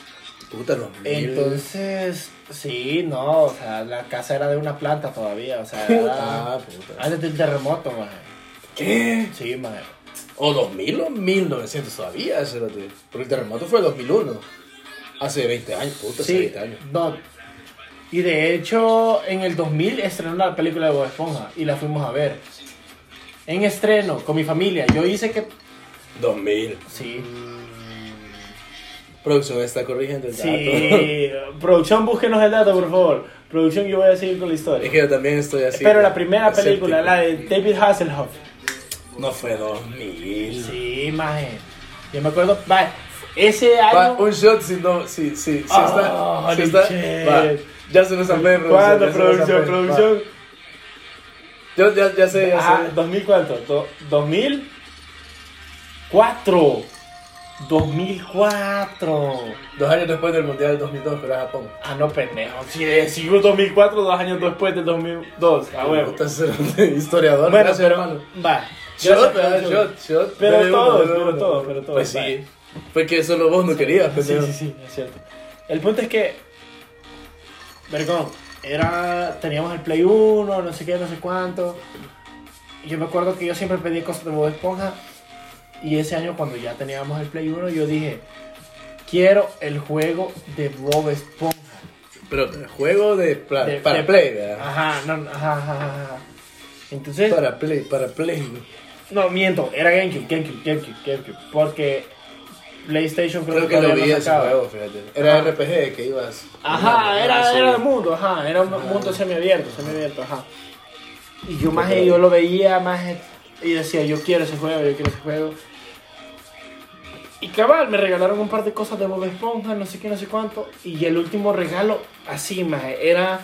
S2: [laughs] Puta, no.
S1: Entonces, sí, no, o sea, la casa era de una planta todavía, o sea, era
S2: [laughs] Ah, puta.
S1: antes del terremoto, más.
S2: ¿Qué?
S1: Sí, más.
S2: ¿O 2000 o 1900 todavía? espérate. Porque el terremoto fue 2001. Hace 20 años, puta, hace
S1: Sí,
S2: 20 años.
S1: no. Y de hecho, en el 2000 estrenó la película de Bob Esponja y la fuimos a ver. En estreno, con mi familia. Yo hice que.
S2: 2000.
S1: Sí.
S2: Producción está corrigiendo el dato. [laughs]
S1: Sí, [laughs] producción, búsquenos el dato, por favor. Producción, yo voy a seguir con la historia.
S2: Es que yo también estoy así.
S1: Pero la primera
S2: escéptico.
S1: película, la de David Hasselhoff.
S2: No fue 2000.
S1: Sí, maje. Yo me acuerdo, va, ese
S2: Va,
S1: año.
S2: un shot si no, si, si, si
S1: Ah,
S2: está, si está,
S1: shit.
S2: va, ya se nos amé, producción.
S1: ¿Cuándo,
S2: ya se nos
S1: producción?
S2: amé,
S1: Producción.
S2: va. Yo ya, ya sé, ya
S1: Ah,
S2: sé.
S1: ¿2000 cuánto? Do- ¿2004? 2004.
S2: Dos años después del Mundial del 2002 que era Japón.
S1: Ah, no, pendejo. Si es si fue 2004, dos años después del 2002. A Ah, huevo.
S2: Entonces, [laughs] historiador.
S1: Bueno,
S2: gracias,
S1: pero.
S2: hermano.
S1: Va.
S2: Shot,
S1: Gracias,
S2: ¿verdad? shot, shot.
S1: Pero
S2: Dale uno,
S1: todos,
S2: dale
S1: pero
S2: uno.
S1: todos, pero todos,
S2: Pues sí.
S1: vale.
S2: Fue que solo vos no querías,
S1: Sí,
S2: pendejo.
S1: sí, sí, es cierto. El punto es que. Vergón, era. Teníamos el Play 1, no sé qué, no sé cuánto. Y Yo me acuerdo que yo siempre pedí cosas de Bob Esponja. Y ese año, cuando ya teníamos el Play 1, yo dije: Quiero el juego de Bob Esponja.
S2: Pero juego de, pla-
S1: De-
S2: para
S1: de- Ah.
S2: play, ¿verdad?
S1: Ajá, no, no, ajá, ajá, ajá. Entonces.
S2: Para play, para play.
S1: No, miento, era GameCube, GameCube, GameCube, GameCube. Porque PlayStation creo,
S2: Creo que lo
S1: todavía
S2: vi
S1: no
S2: ese
S1: sacaba.
S2: juego, fíjate. Era
S1: Ajá.
S2: RPG que ibas.
S1: Ajá, era,
S2: Ah, sí.
S1: era el mundo, ajá, era un mundo semiabierto, semiabierto, ajá. Y yo más yo lo veía más y decía, yo quiero ese juego, yo quiero ese juego. Y cabal, me regalaron un par de cosas de Bob Esponja, no sé qué, no sé cuánto. Y el último regalo, así, más, era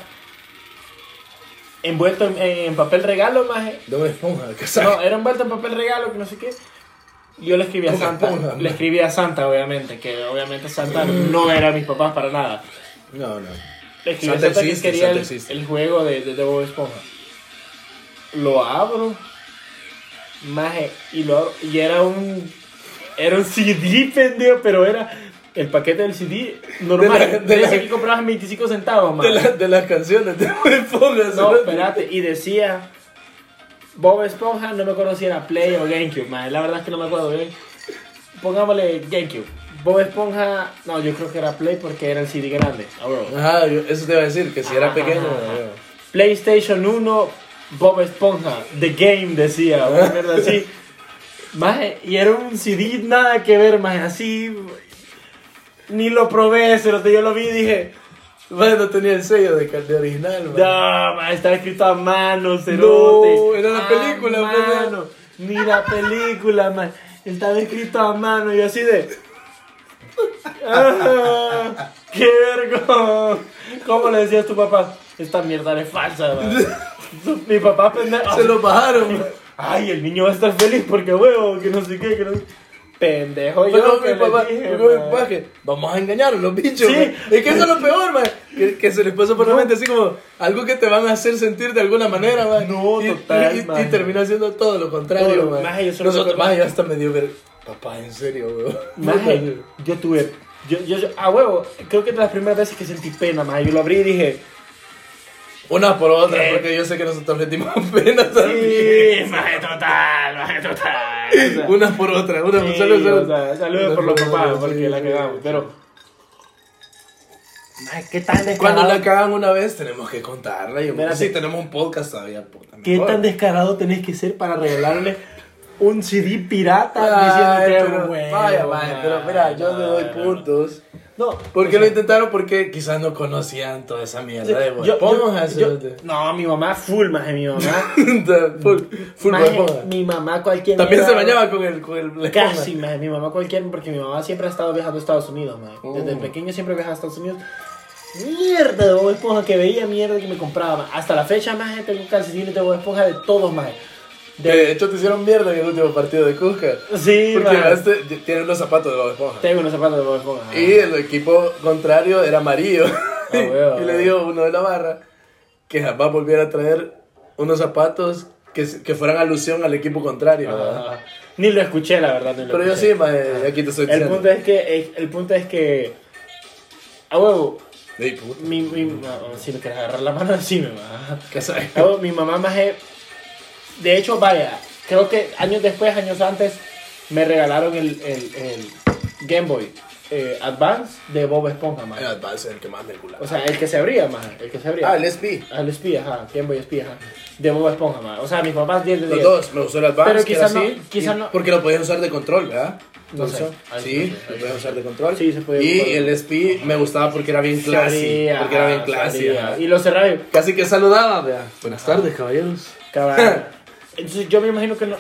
S1: envuelto en, en papel regalo, más.
S2: De una esponja, que [laughs]
S1: No, eh.
S2: sabe.
S1: era envuelto en papel regalo, que no sé qué. Yo le escribí a
S2: Con
S1: Santa.
S2: esponja, ¿no? Mm.
S1: Le escribí a Santa, obviamente, que obviamente Santa no era mis papás para nada.
S2: No, no.
S1: Le escribí a
S2: Santa
S1: Santa que
S2: existe,
S1: quería
S2: Santa
S1: el-
S2: existe.
S1: el, juego de, de, de Bob Esponja. Lo abro. Maje, y lo abro- Y era un. Era un CD, pendejo, pero era el paquete del CD normal.
S2: De la- de la-
S1: Dice que comprabas 25 centavos, más.
S2: De, la- de las canciones [laughs] de una esponja.
S1: eh. No,
S2: ¿sabes?
S1: espérate, y decía Bob Esponja, no me acuerdo si era Play o GameCube, mae, la verdad es que no me acuerdo bien. Pongámosle GameCube. Bob Esponja, no, yo creo que era Play porque era el CD grande. Ah, bro.
S2: Ajá, yo- eso te iba a decir, que si era
S1: Ajá,
S2: pequeño.
S1: ajá, ajá.
S2: yo-
S1: PlayStation 1, Bob Esponja, The Game decía, una mierda así. Mae, y era un CD nada que ver, más así. Ni lo probé, se lo yo lo vi y dije,
S2: Bueno, no tenía el sello de, de original, man.
S1: No, ma, estaba escrito a mano, cerote.
S2: No, era la
S1: A
S2: película,
S1: mano. Ni la película, man. Estaba escrito a mano y así de. Ah, ¡Qué vergo! ¿Cómo le decías a tu papá? Esta mierda es falsa, man. Mi papá pendejo.
S2: Se lo bajaron. man.
S1: Ay, el niño va a estar feliz porque huevo, que no sé qué, que no sé- Pendejo, yo
S2: Pero
S1: que
S2: mi
S1: le
S2: papá,
S1: dije,
S2: mi papá,
S1: man.
S2: papá, que vamos a engañar a los bichos.
S1: Sí.
S2: man. Es que eso es lo peor, man. Que, que se les pasa por la mente así como algo que te van a hacer sentir de alguna manera, man.
S1: No,
S2: y,
S1: total,
S2: y- y- y
S1: man.
S2: termina haciendo todo lo
S1: Todo
S2: contrario,
S1: lo-
S2: man.
S1: Maje, yo solo
S2: Nosotros,
S1: recuerdo-
S2: más, yo hasta me dio ver. Papá, en serio, weón. [laughs]
S1: Maje, yo tuve. Yo, yo, yo- a huevo, creo que de las primeras veces que sentí pena, maje, yo lo abrí y dije,
S2: Una por otra,
S1: ¿Qué?
S2: porque yo sé que nosotros le dimos [laughs] pena también.
S1: sí, maje total, maje total. O sea,
S2: Una por otra, una
S1: sí,
S2: por solo- solo-
S1: o sea, saludos
S2: una
S1: por los
S2: otra,
S1: papás,
S2: sí,
S1: porque la
S2: sí,
S1: cagamos,
S2: sí.
S1: pero. Maje, ¿qué tan
S2: Cuando
S1: descarado?
S2: la cagan una vez, tenemos que contarla. Y
S1: Espérate.
S2: sí, tenemos un podcast todavía. puta,
S1: ¿Qué
S2: mejor.
S1: tan descarado tenés que ser para regalarle un CD pirata diciendo
S2: Ay,
S1: que
S2: pero,
S1: bueno,
S2: vaya, vaya, pero mira, yo le doy
S1: maje.
S2: puntos.
S1: No,
S2: ¿Por
S1: o
S2: qué lo
S1: sea,
S2: intentaron? Porque quizás no conocían toda esa mierda de
S1: yo- yo-
S2: Esponja,
S1: yo-
S2: cerote.
S1: No, mi mamá full, maje, mi mamá.
S2: De- [laughs] Full, full
S1: Maje,
S2: Esponja.
S1: mi mamá cualquier
S2: También se
S1: mierda-
S2: bañaba con el, con el la esponja.
S1: Casi, maje, mi mamá cualquier, porque mi mamá siempre ha estado viajando a Estados Unidos, maje. Desde
S2: Mm.
S1: pequeño siempre viajaba a Estados Unidos. Mierda de Bob Esponja que veía, mierda que me compraba. maje. Hasta la fecha, maje, tengo calcetines de Bob Esponja de todos, maje.
S2: Que De hecho, te hicieron mierda en el último partido de Cusca.
S1: Sí,
S2: Porque
S1: maje.
S2: ganaste- tienen los zapatos de Bob Esponja.
S1: Tengo unos zapatos de Bob Esponja.
S2: Y el equipo contrario era amarillo.
S1: Ah,
S2: [laughs]
S1: huevo,
S2: y le dijo uno de la barra que jamás volviera a traer unos zapatos que, se- que fueran alusión al equipo contrario. ¿verdad?
S1: Ah, Ni lo escuché, la verdad. ni lo
S2: Pero yo
S1: escuché.
S2: sí, maje, aquí te estoy
S1: El
S2: diciendo.
S1: punto es que, el punto es que, a huevo,
S2: Ey, puta,
S1: mi, mi- si me quieres agarrar la mano, sí me va. [laughs]
S2: ¿qué sabes?
S1: Luego, mi mamá más De hecho, vaya, creo que años después, años antes, me regalaron el, el- el Game Boy eh, Advance de Bob Esponja,
S2: El
S1: más.
S2: Advance es el que más me culaba.
S1: O sea, el que se abría, más. El que se abría.
S2: Ah, el SP.
S1: Ah, el espía, ajá. Game Boy espía, ajá. De Bob Esponja, más. O sea, mis papás 10 de 10.
S2: Los dos, me gustó el Advance.
S1: Pero
S2: que era
S1: quizá no-
S2: así,
S1: quizá
S2: y-
S1: no-
S2: Porque lo podías usar de control, ¿verdad?
S1: No sé. Ahí sí,
S2: Sí,
S1: no sé.
S2: lo podías usar de control.
S1: Sí, se podía
S2: Y
S1: usar.
S2: el SP me gustaba porque era bien
S1: Se abría,
S2: classy. Porque era bien
S1: ajá,
S2: classy.
S1: se abría.
S2: ajá.
S1: Y los cerrados.
S2: Casi que saludaba, vea. Buenas tardes, caballeros. [laughs]
S1: Cabrón. Entonces, yo me imagino que no.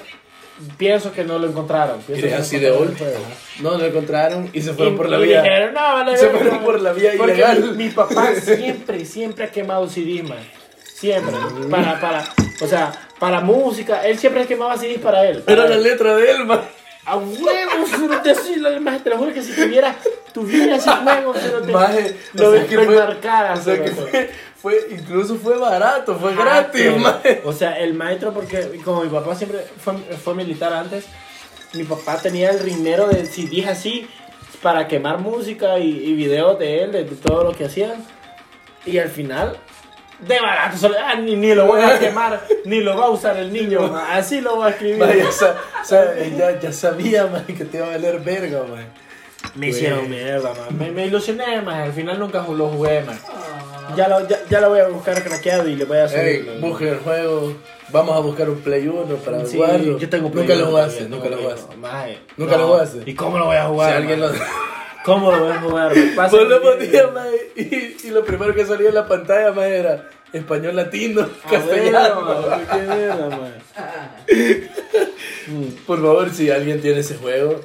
S1: Pienso que no lo encontraron. Pienso
S2: Era
S1: que no
S2: así de
S1: encontraron
S2: old.
S1: el juego.
S2: No, lo encontraron y se fueron
S1: Y-
S2: por la
S1: y
S2: vía.
S1: dijeron, "No, vale,
S2: Se
S1: verga".
S2: fueron por la vía
S1: Porque
S2: ilegal.
S1: Mi, mi papá siempre, siempre ha quemado CDs, man. Siempre. Para, para, o sea, para música. Él siempre quemaba CDs para él. para
S2: Era la
S1: él.
S2: letra de Elma.
S1: A huevo, cerote, sí, la más te lo juro que si tuviera, tuviera ese juego, cerote.
S2: Maje,
S1: lo
S2: o
S1: ves
S2: sea que
S1: que
S2: fue-
S1: marcada,
S2: O sea que
S1: cerote.
S2: fue, fue- incluso fue barato, fue
S1: Ah,
S2: gratis, maje.
S1: O sea, el maestro, porque como mi papá siempre fue, fue militar antes, mi papá tenía el rinero de CDs así para quemar música y, y videos de él, de todo lo que hacían. Y al final, de barato, solo, ah, ni, ni lo voy a quemar, ni lo va a usar el niño, ma, así lo voy a escribir.
S2: Maje, o sea, o sea, eh, ya, ya sabía, maje, que te iba a valer verga, maje.
S1: Me hicieron
S2: Güey.
S1: mierda, ma. me, me ilusioné, más al final nunca ju- lo jugué, más Ya lo, ya, ya lo voy a buscar craqueado y le voy a subir.
S2: Ah. Ey, busquen el juego. Vamos a buscar un Play 1 para
S1: Sí,
S2: jugarlo.
S1: yo tengo
S2: Nunca lo
S1: problemas
S2: jugaste,
S1: todavía,
S2: nunca lo
S1: tengo
S2: jugaste.
S1: problemas. Maje,
S2: Nunca lo jugaste.
S1: ¿Y cómo lo voy a jugar?
S2: si alguien
S1: maje?
S2: lo.
S1: ¿Cómo lo voy a jugar?
S2: [laughs]
S1: Pasa
S2: Vos lo
S1: que-
S2: ponías, maje, y, y lo primero que salía en la pantalla, maje, era español latino,
S1: Ah,
S2: castellano.
S1: bueno,
S2: maje.
S1: qué mierda, maje. Mm,
S2: Por favor, si alguien tiene ese juego,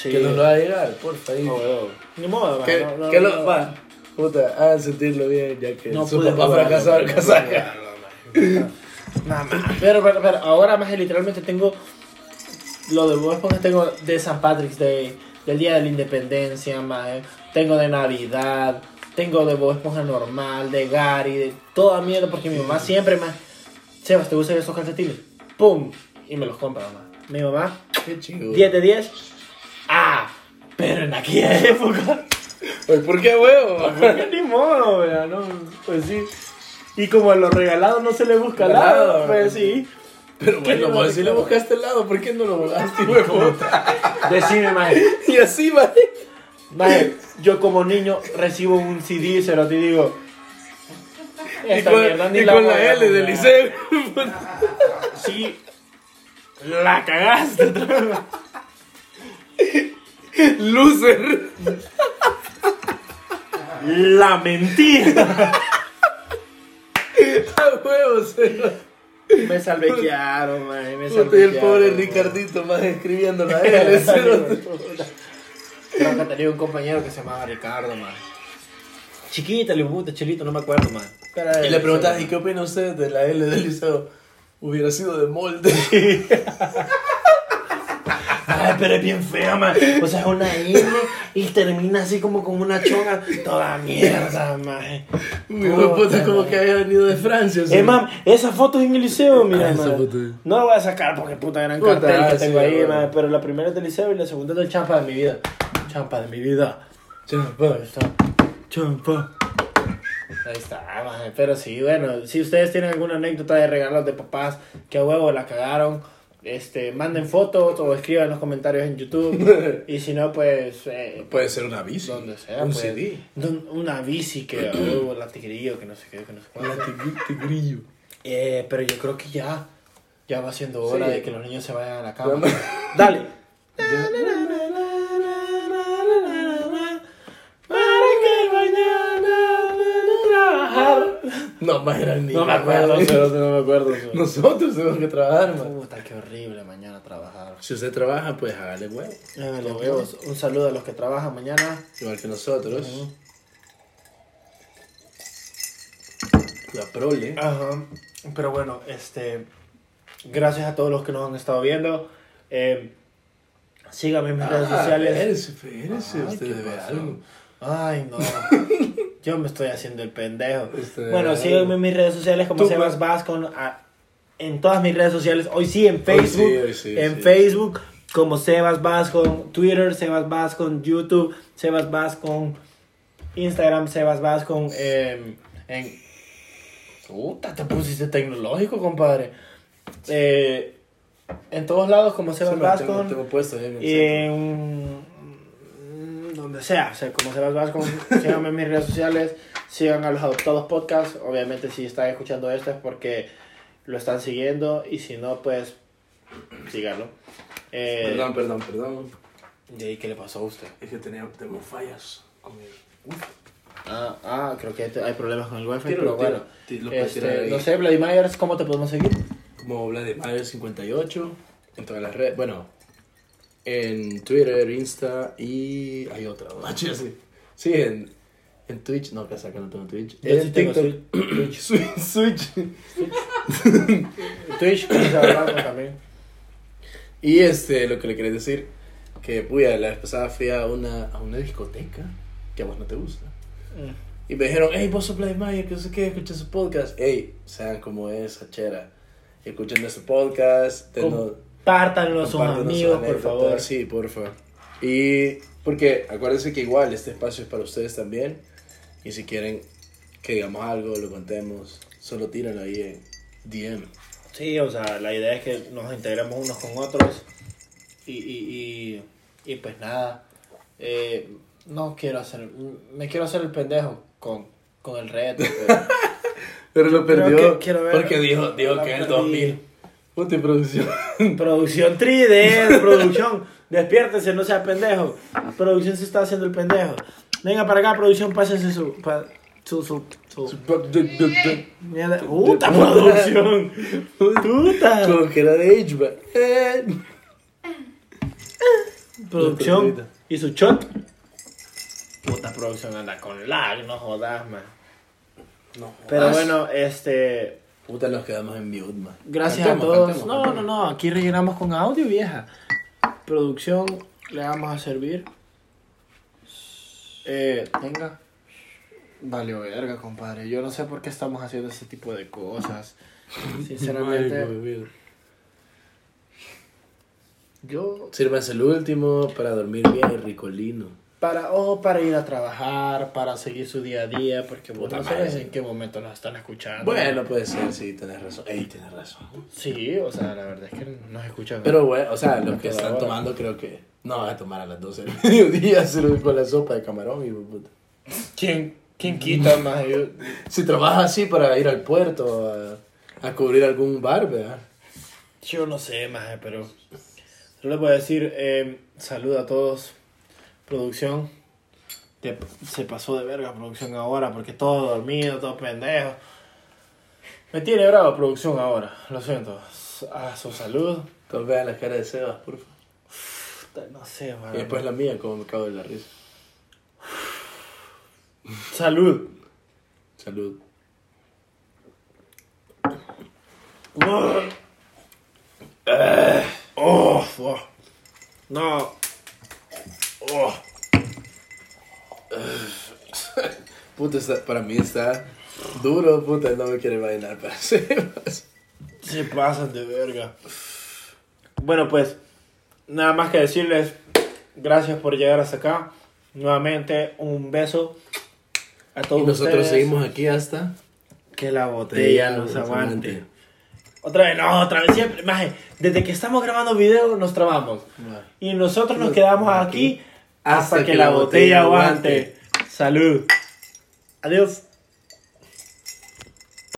S1: Sí. Oh,
S2: que nos lo haga llegar, porfa. ahí.
S1: no, huevo. Ni modo, maje,
S2: que
S1: no, no,
S2: que lo.
S1: no.
S2: va, puta, hagan sentirlo bien, ya que
S1: No
S2: su
S1: pude
S2: papá
S1: jugarlo,
S2: fracasó en
S1: no pude
S2: Casaca.
S1: Nada más. Pero, pero, pero ahora más literalmente tengo lo de Bob Esponja, tengo de San Patrick's Day, del Día de la Independencia, más tengo de Navidad, tengo de Bob Esponja normal, de Gary, de toda mierda, porque mi mamá siempre más, Sebas, ¿te gustan esos calcetines? ¡Pum! Y me los compra, mamá. Mi mamá,
S2: Qué chido.
S1: 10 de 10. ¡Ah! Pero en aquella época. [laughs]
S2: Oye, ¿Por qué, [laughs] huevo?
S1: Ni modo, vea, no, pues sí. Y como a los regalados no se le busca
S2: Regalado,
S1: nada,
S2: ¿verdad?
S1: pues sí.
S2: Pero
S1: ¿Qué le
S2: bueno, vos
S1: vas a
S2: si le
S1: clavar?
S2: buscaste el lado, ¿por qué no lo [laughs] buscaste, huevo?
S1: Decime, maje.
S2: Y así, maje.
S1: Maje, yo como niño recibo un CD, se lo te digo.
S2: Y
S1: Esta
S2: con,
S1: mierda ni
S2: y
S1: la
S2: con
S1: voy
S2: la
S1: a
S2: L del
S1: mandar".
S2: liceo.
S1: Sí. La cagaste.
S2: [laughs] Loser.
S1: la mentira.
S2: A huevos.
S1: Me salvequearon, maje. Me
S2: Puta, y el pobre
S1: salvequearon,
S2: Ricardito más escribiendo la [laughs] L. cerote.
S1: Creo que tenía un compañero que se llamaba Ricardo, man. Chiquita, le gusta, chelito, no me acuerdo, man.
S2: Y le preguntas, ¿y qué opina usted de la L del liceo? Hubiera sido de molde. [laughs]
S1: Ay, pero es bien fea, man. O sea, es una L y termina así como con una chonga. Toda mierda, man.
S2: Uy, huevo, puta, como que había venido de Francia. o sea.
S1: Eh, mam, esa foto es en el liceo, mira,
S2: Ah, esa
S1: man.
S2: foto.
S1: No la voy a sacar porque puta gran
S2: Puta,
S1: cartel
S2: ah,
S1: que
S2: sí,
S1: tengo ahí,
S2: bueno.
S1: man. Pero la primera es del liceo y la segunda es del champa de mi vida. Champa de mi vida.
S2: Chapa.
S1: Ahí está. Champa. Ahí está, maje. Pero sí, bueno, si ustedes tienen alguna anécdota de regalos de papás que a huevo la cagaron, este, manden fotos o escriban en los comentarios en
S2: [laughs]
S1: YouTube. y si no, pues. eh,
S2: Puede ser una bici.
S1: donde sea,
S2: Un
S1: pues,
S2: CD.
S1: don- una bici que a huevo la tigrillo, que no sé qué, que no sé cuál.
S2: Un latigui- tigrillo.
S1: Eh, pero yo creo que ya, ya va siendo hora
S2: Sí.
S1: de que los niños se vayan a la cama.
S2: Bueno.
S1: [laughs] Dale. Para que mañana
S2: No, más eran niños.
S1: No me acuerdo,
S2: maje.
S1: cerote, no me acuerdo. cerote.
S2: Nosotros tenemos que trabajar, man.
S1: Puta, qué horrible mañana trabajar.
S2: Si usted trabaja, pues hágale huevo.
S1: Hágale, huevos. Un saludo a los que trabajan mañana.
S2: Igual que nosotros. La prole.
S1: Ajá. Pero bueno, este. Gracias a todos los que nos han estado viendo. Eh, síganme en mis redes sociales.
S2: Ah, Espérese, espérese,
S1: Ay,
S2: usted
S1: ¿qué
S2: debe
S1: pasó?
S2: algo.
S1: Ay,
S2: [laughs]
S1: no. Yo me estoy haciendo el pendejo.
S2: Este,
S1: bueno,
S2: algo.
S1: síganme en mis redes sociales como
S2: Tú,
S1: Sebas
S2: pues.
S1: Vasco. ¿no? Ah, En todas mis redes sociales. Hoy sí, en Facebook.
S2: sí, hoy sí,
S1: en
S2: sí.
S1: Facebook como Sebas Vasco. Twitter, Sebas Vasco. YouTube, Sebas Vasco. Instagram, Sebas Vasco. em, en... Puta, te pusiste tecnológico, compadre. Eh, en todos lados como
S2: Se
S1: Sebas
S2: me
S1: Vasco.
S2: tengo, tengo puesto ahí en el
S1: Y en- mm, donde sea, o sea, como se las vas, como- síganme en mis redes sociales, sigan a los adoptados podcast, obviamente si están escuchando esto es porque lo están siguiendo y si no, pues síganlo.
S2: centro.
S1: Eh,
S2: Perdón, perdón, perdón.
S1: ¿Y ahí qué le pasó a usted?
S2: Es que tenía, tengo fallas con el.
S1: Ah, ah, creo que hay problemas con el wifi, pero
S2: Tíralo,
S1: bueno.
S2: tíralo, tíralo,
S1: Este,
S2: tíralo ahí.
S1: no sé, Vladimir, ¿cómo te podemos seguir?
S2: Como Vladimir 58 en todas las redes. Bueno, en Twitter, Insta y hay otra. ¿no? [laughs] Ah, chile, Sí, sí en, en Twitch. No, que saca no tengo Twitch.
S1: Yo sí
S2: en
S1: tengo
S2: Twitch. [laughs] Switch. Switch.
S1: Twitch, con Sebas Vasco también.
S2: Y este, lo que le quería decir que, puya, la vez pasada fui a una, a una discoteca que a vos no te gusta. Y me dijeron, hey, vos sos Play Mayer, que no sé qué, escucha su podcast. Hey, sean como es, hachera. Escuchen nuestro podcast. denos-
S4: Compártanlo a sus
S2: compártanos
S4: amigos,
S2: sus
S4: por
S2: anécdotas.
S4: favor.
S2: Sí, porfa. Y porque acuérdense que igual este espacio es para ustedes también. Y si quieren que digamos algo, lo contemos, solo tírenlo ahí en DM.
S1: Sí, o sea, la idea es que nos integremos unos con otros. Y, y, y, y pues nada. eh, no quiero hacer. Me quiero hacer el pendejo con, con el reto. pero-
S2: Pero lo
S1: Creo
S2: perdió
S1: que quiero ver-
S2: porque dijo, dijo
S1: la
S2: que en el
S1: perdí.
S2: 2000. Puta y producción.
S4: Producción 3D, producción. Despiértese, no sea pendejo. Producción se está haciendo el pendejo. Venga para acá, producción, pásense su. pa- su, su, su- mierda. ¡Puta producción! ¡Puta!
S2: Como que era de H, eh.
S4: Producción y su shot.
S1: Puta producción anda con lag, no jodas, man.
S2: No,
S1: Pero
S2: jodas.
S1: bueno, este.
S2: Puta, nos quedamos en mute, man.
S4: Gracias
S2: Cantemos,
S4: a todos.
S2: cantemos,
S4: no,
S2: cantemos.
S4: no, no, aquí rellenamos con audio, vieja. Producción, le vamos a servir.
S1: Eh, tenga. Valió verga, compadre. Yo no sé por qué estamos haciendo ese tipo
S4: [laughs]
S1: de cosas.
S2: Ay,
S1: Sinceramente,
S2: güey, güey.
S1: yo
S2: Sírvanse el último para dormir bien y ricolino.
S1: para o para ir a trabajar, para seguir su día a día, porque vos
S2: Puta
S1: no
S2: madre.
S1: sabes en qué momento nos están escuchando.
S2: Bueno, puede ser, sí, tenés razón. Ey, tenés razón.
S1: Sí, o sea, la verdad es que nos escuchan.
S2: Pero bueno, o sea, los que están tomando creo que no van a tomar a las 12 del [laughs] mediodía solo con la sopa de camarón, hijo de puta.
S1: ¿quién, quién quita más? Yo-
S2: Si trabajas así para ir al puerto a, a cubrir algún bar, ¿verdad?
S1: Yo no sé, maje, pero. Solo le puedo decir, eh, salud a todos. Producción. te- se pasó de verga producción ahora porque todo dormido, todo pendejo. Me tiene bravo producción ahora, lo siento. S- A su salud.
S2: Todos vean la cara de Sebas, por favor.
S1: Puta, No sé,
S2: Y
S1: maje.
S2: después la mía, como me cago de la risa.
S1: Salud.
S2: Salud. Ah.
S1: Oh, oh. No. Oh.
S2: Puta, está- para mí está duro, puta, no me quiere bailar para [laughs] Sebas.
S1: Se pasan de verga. Bueno, pues nada más que decirles gracias por llegar hasta acá. Nuevamente un beso a todos
S2: Y nosotros
S1: ustedes.
S2: seguimos aquí hasta...
S1: que la botella nos aguante. Otra vez, no, otra vez siempre, maje, desde que estamos grabando video nos trabamos y nosotros nos quedamos aquí hasta, que, la botella aguante. Salud. Adiós.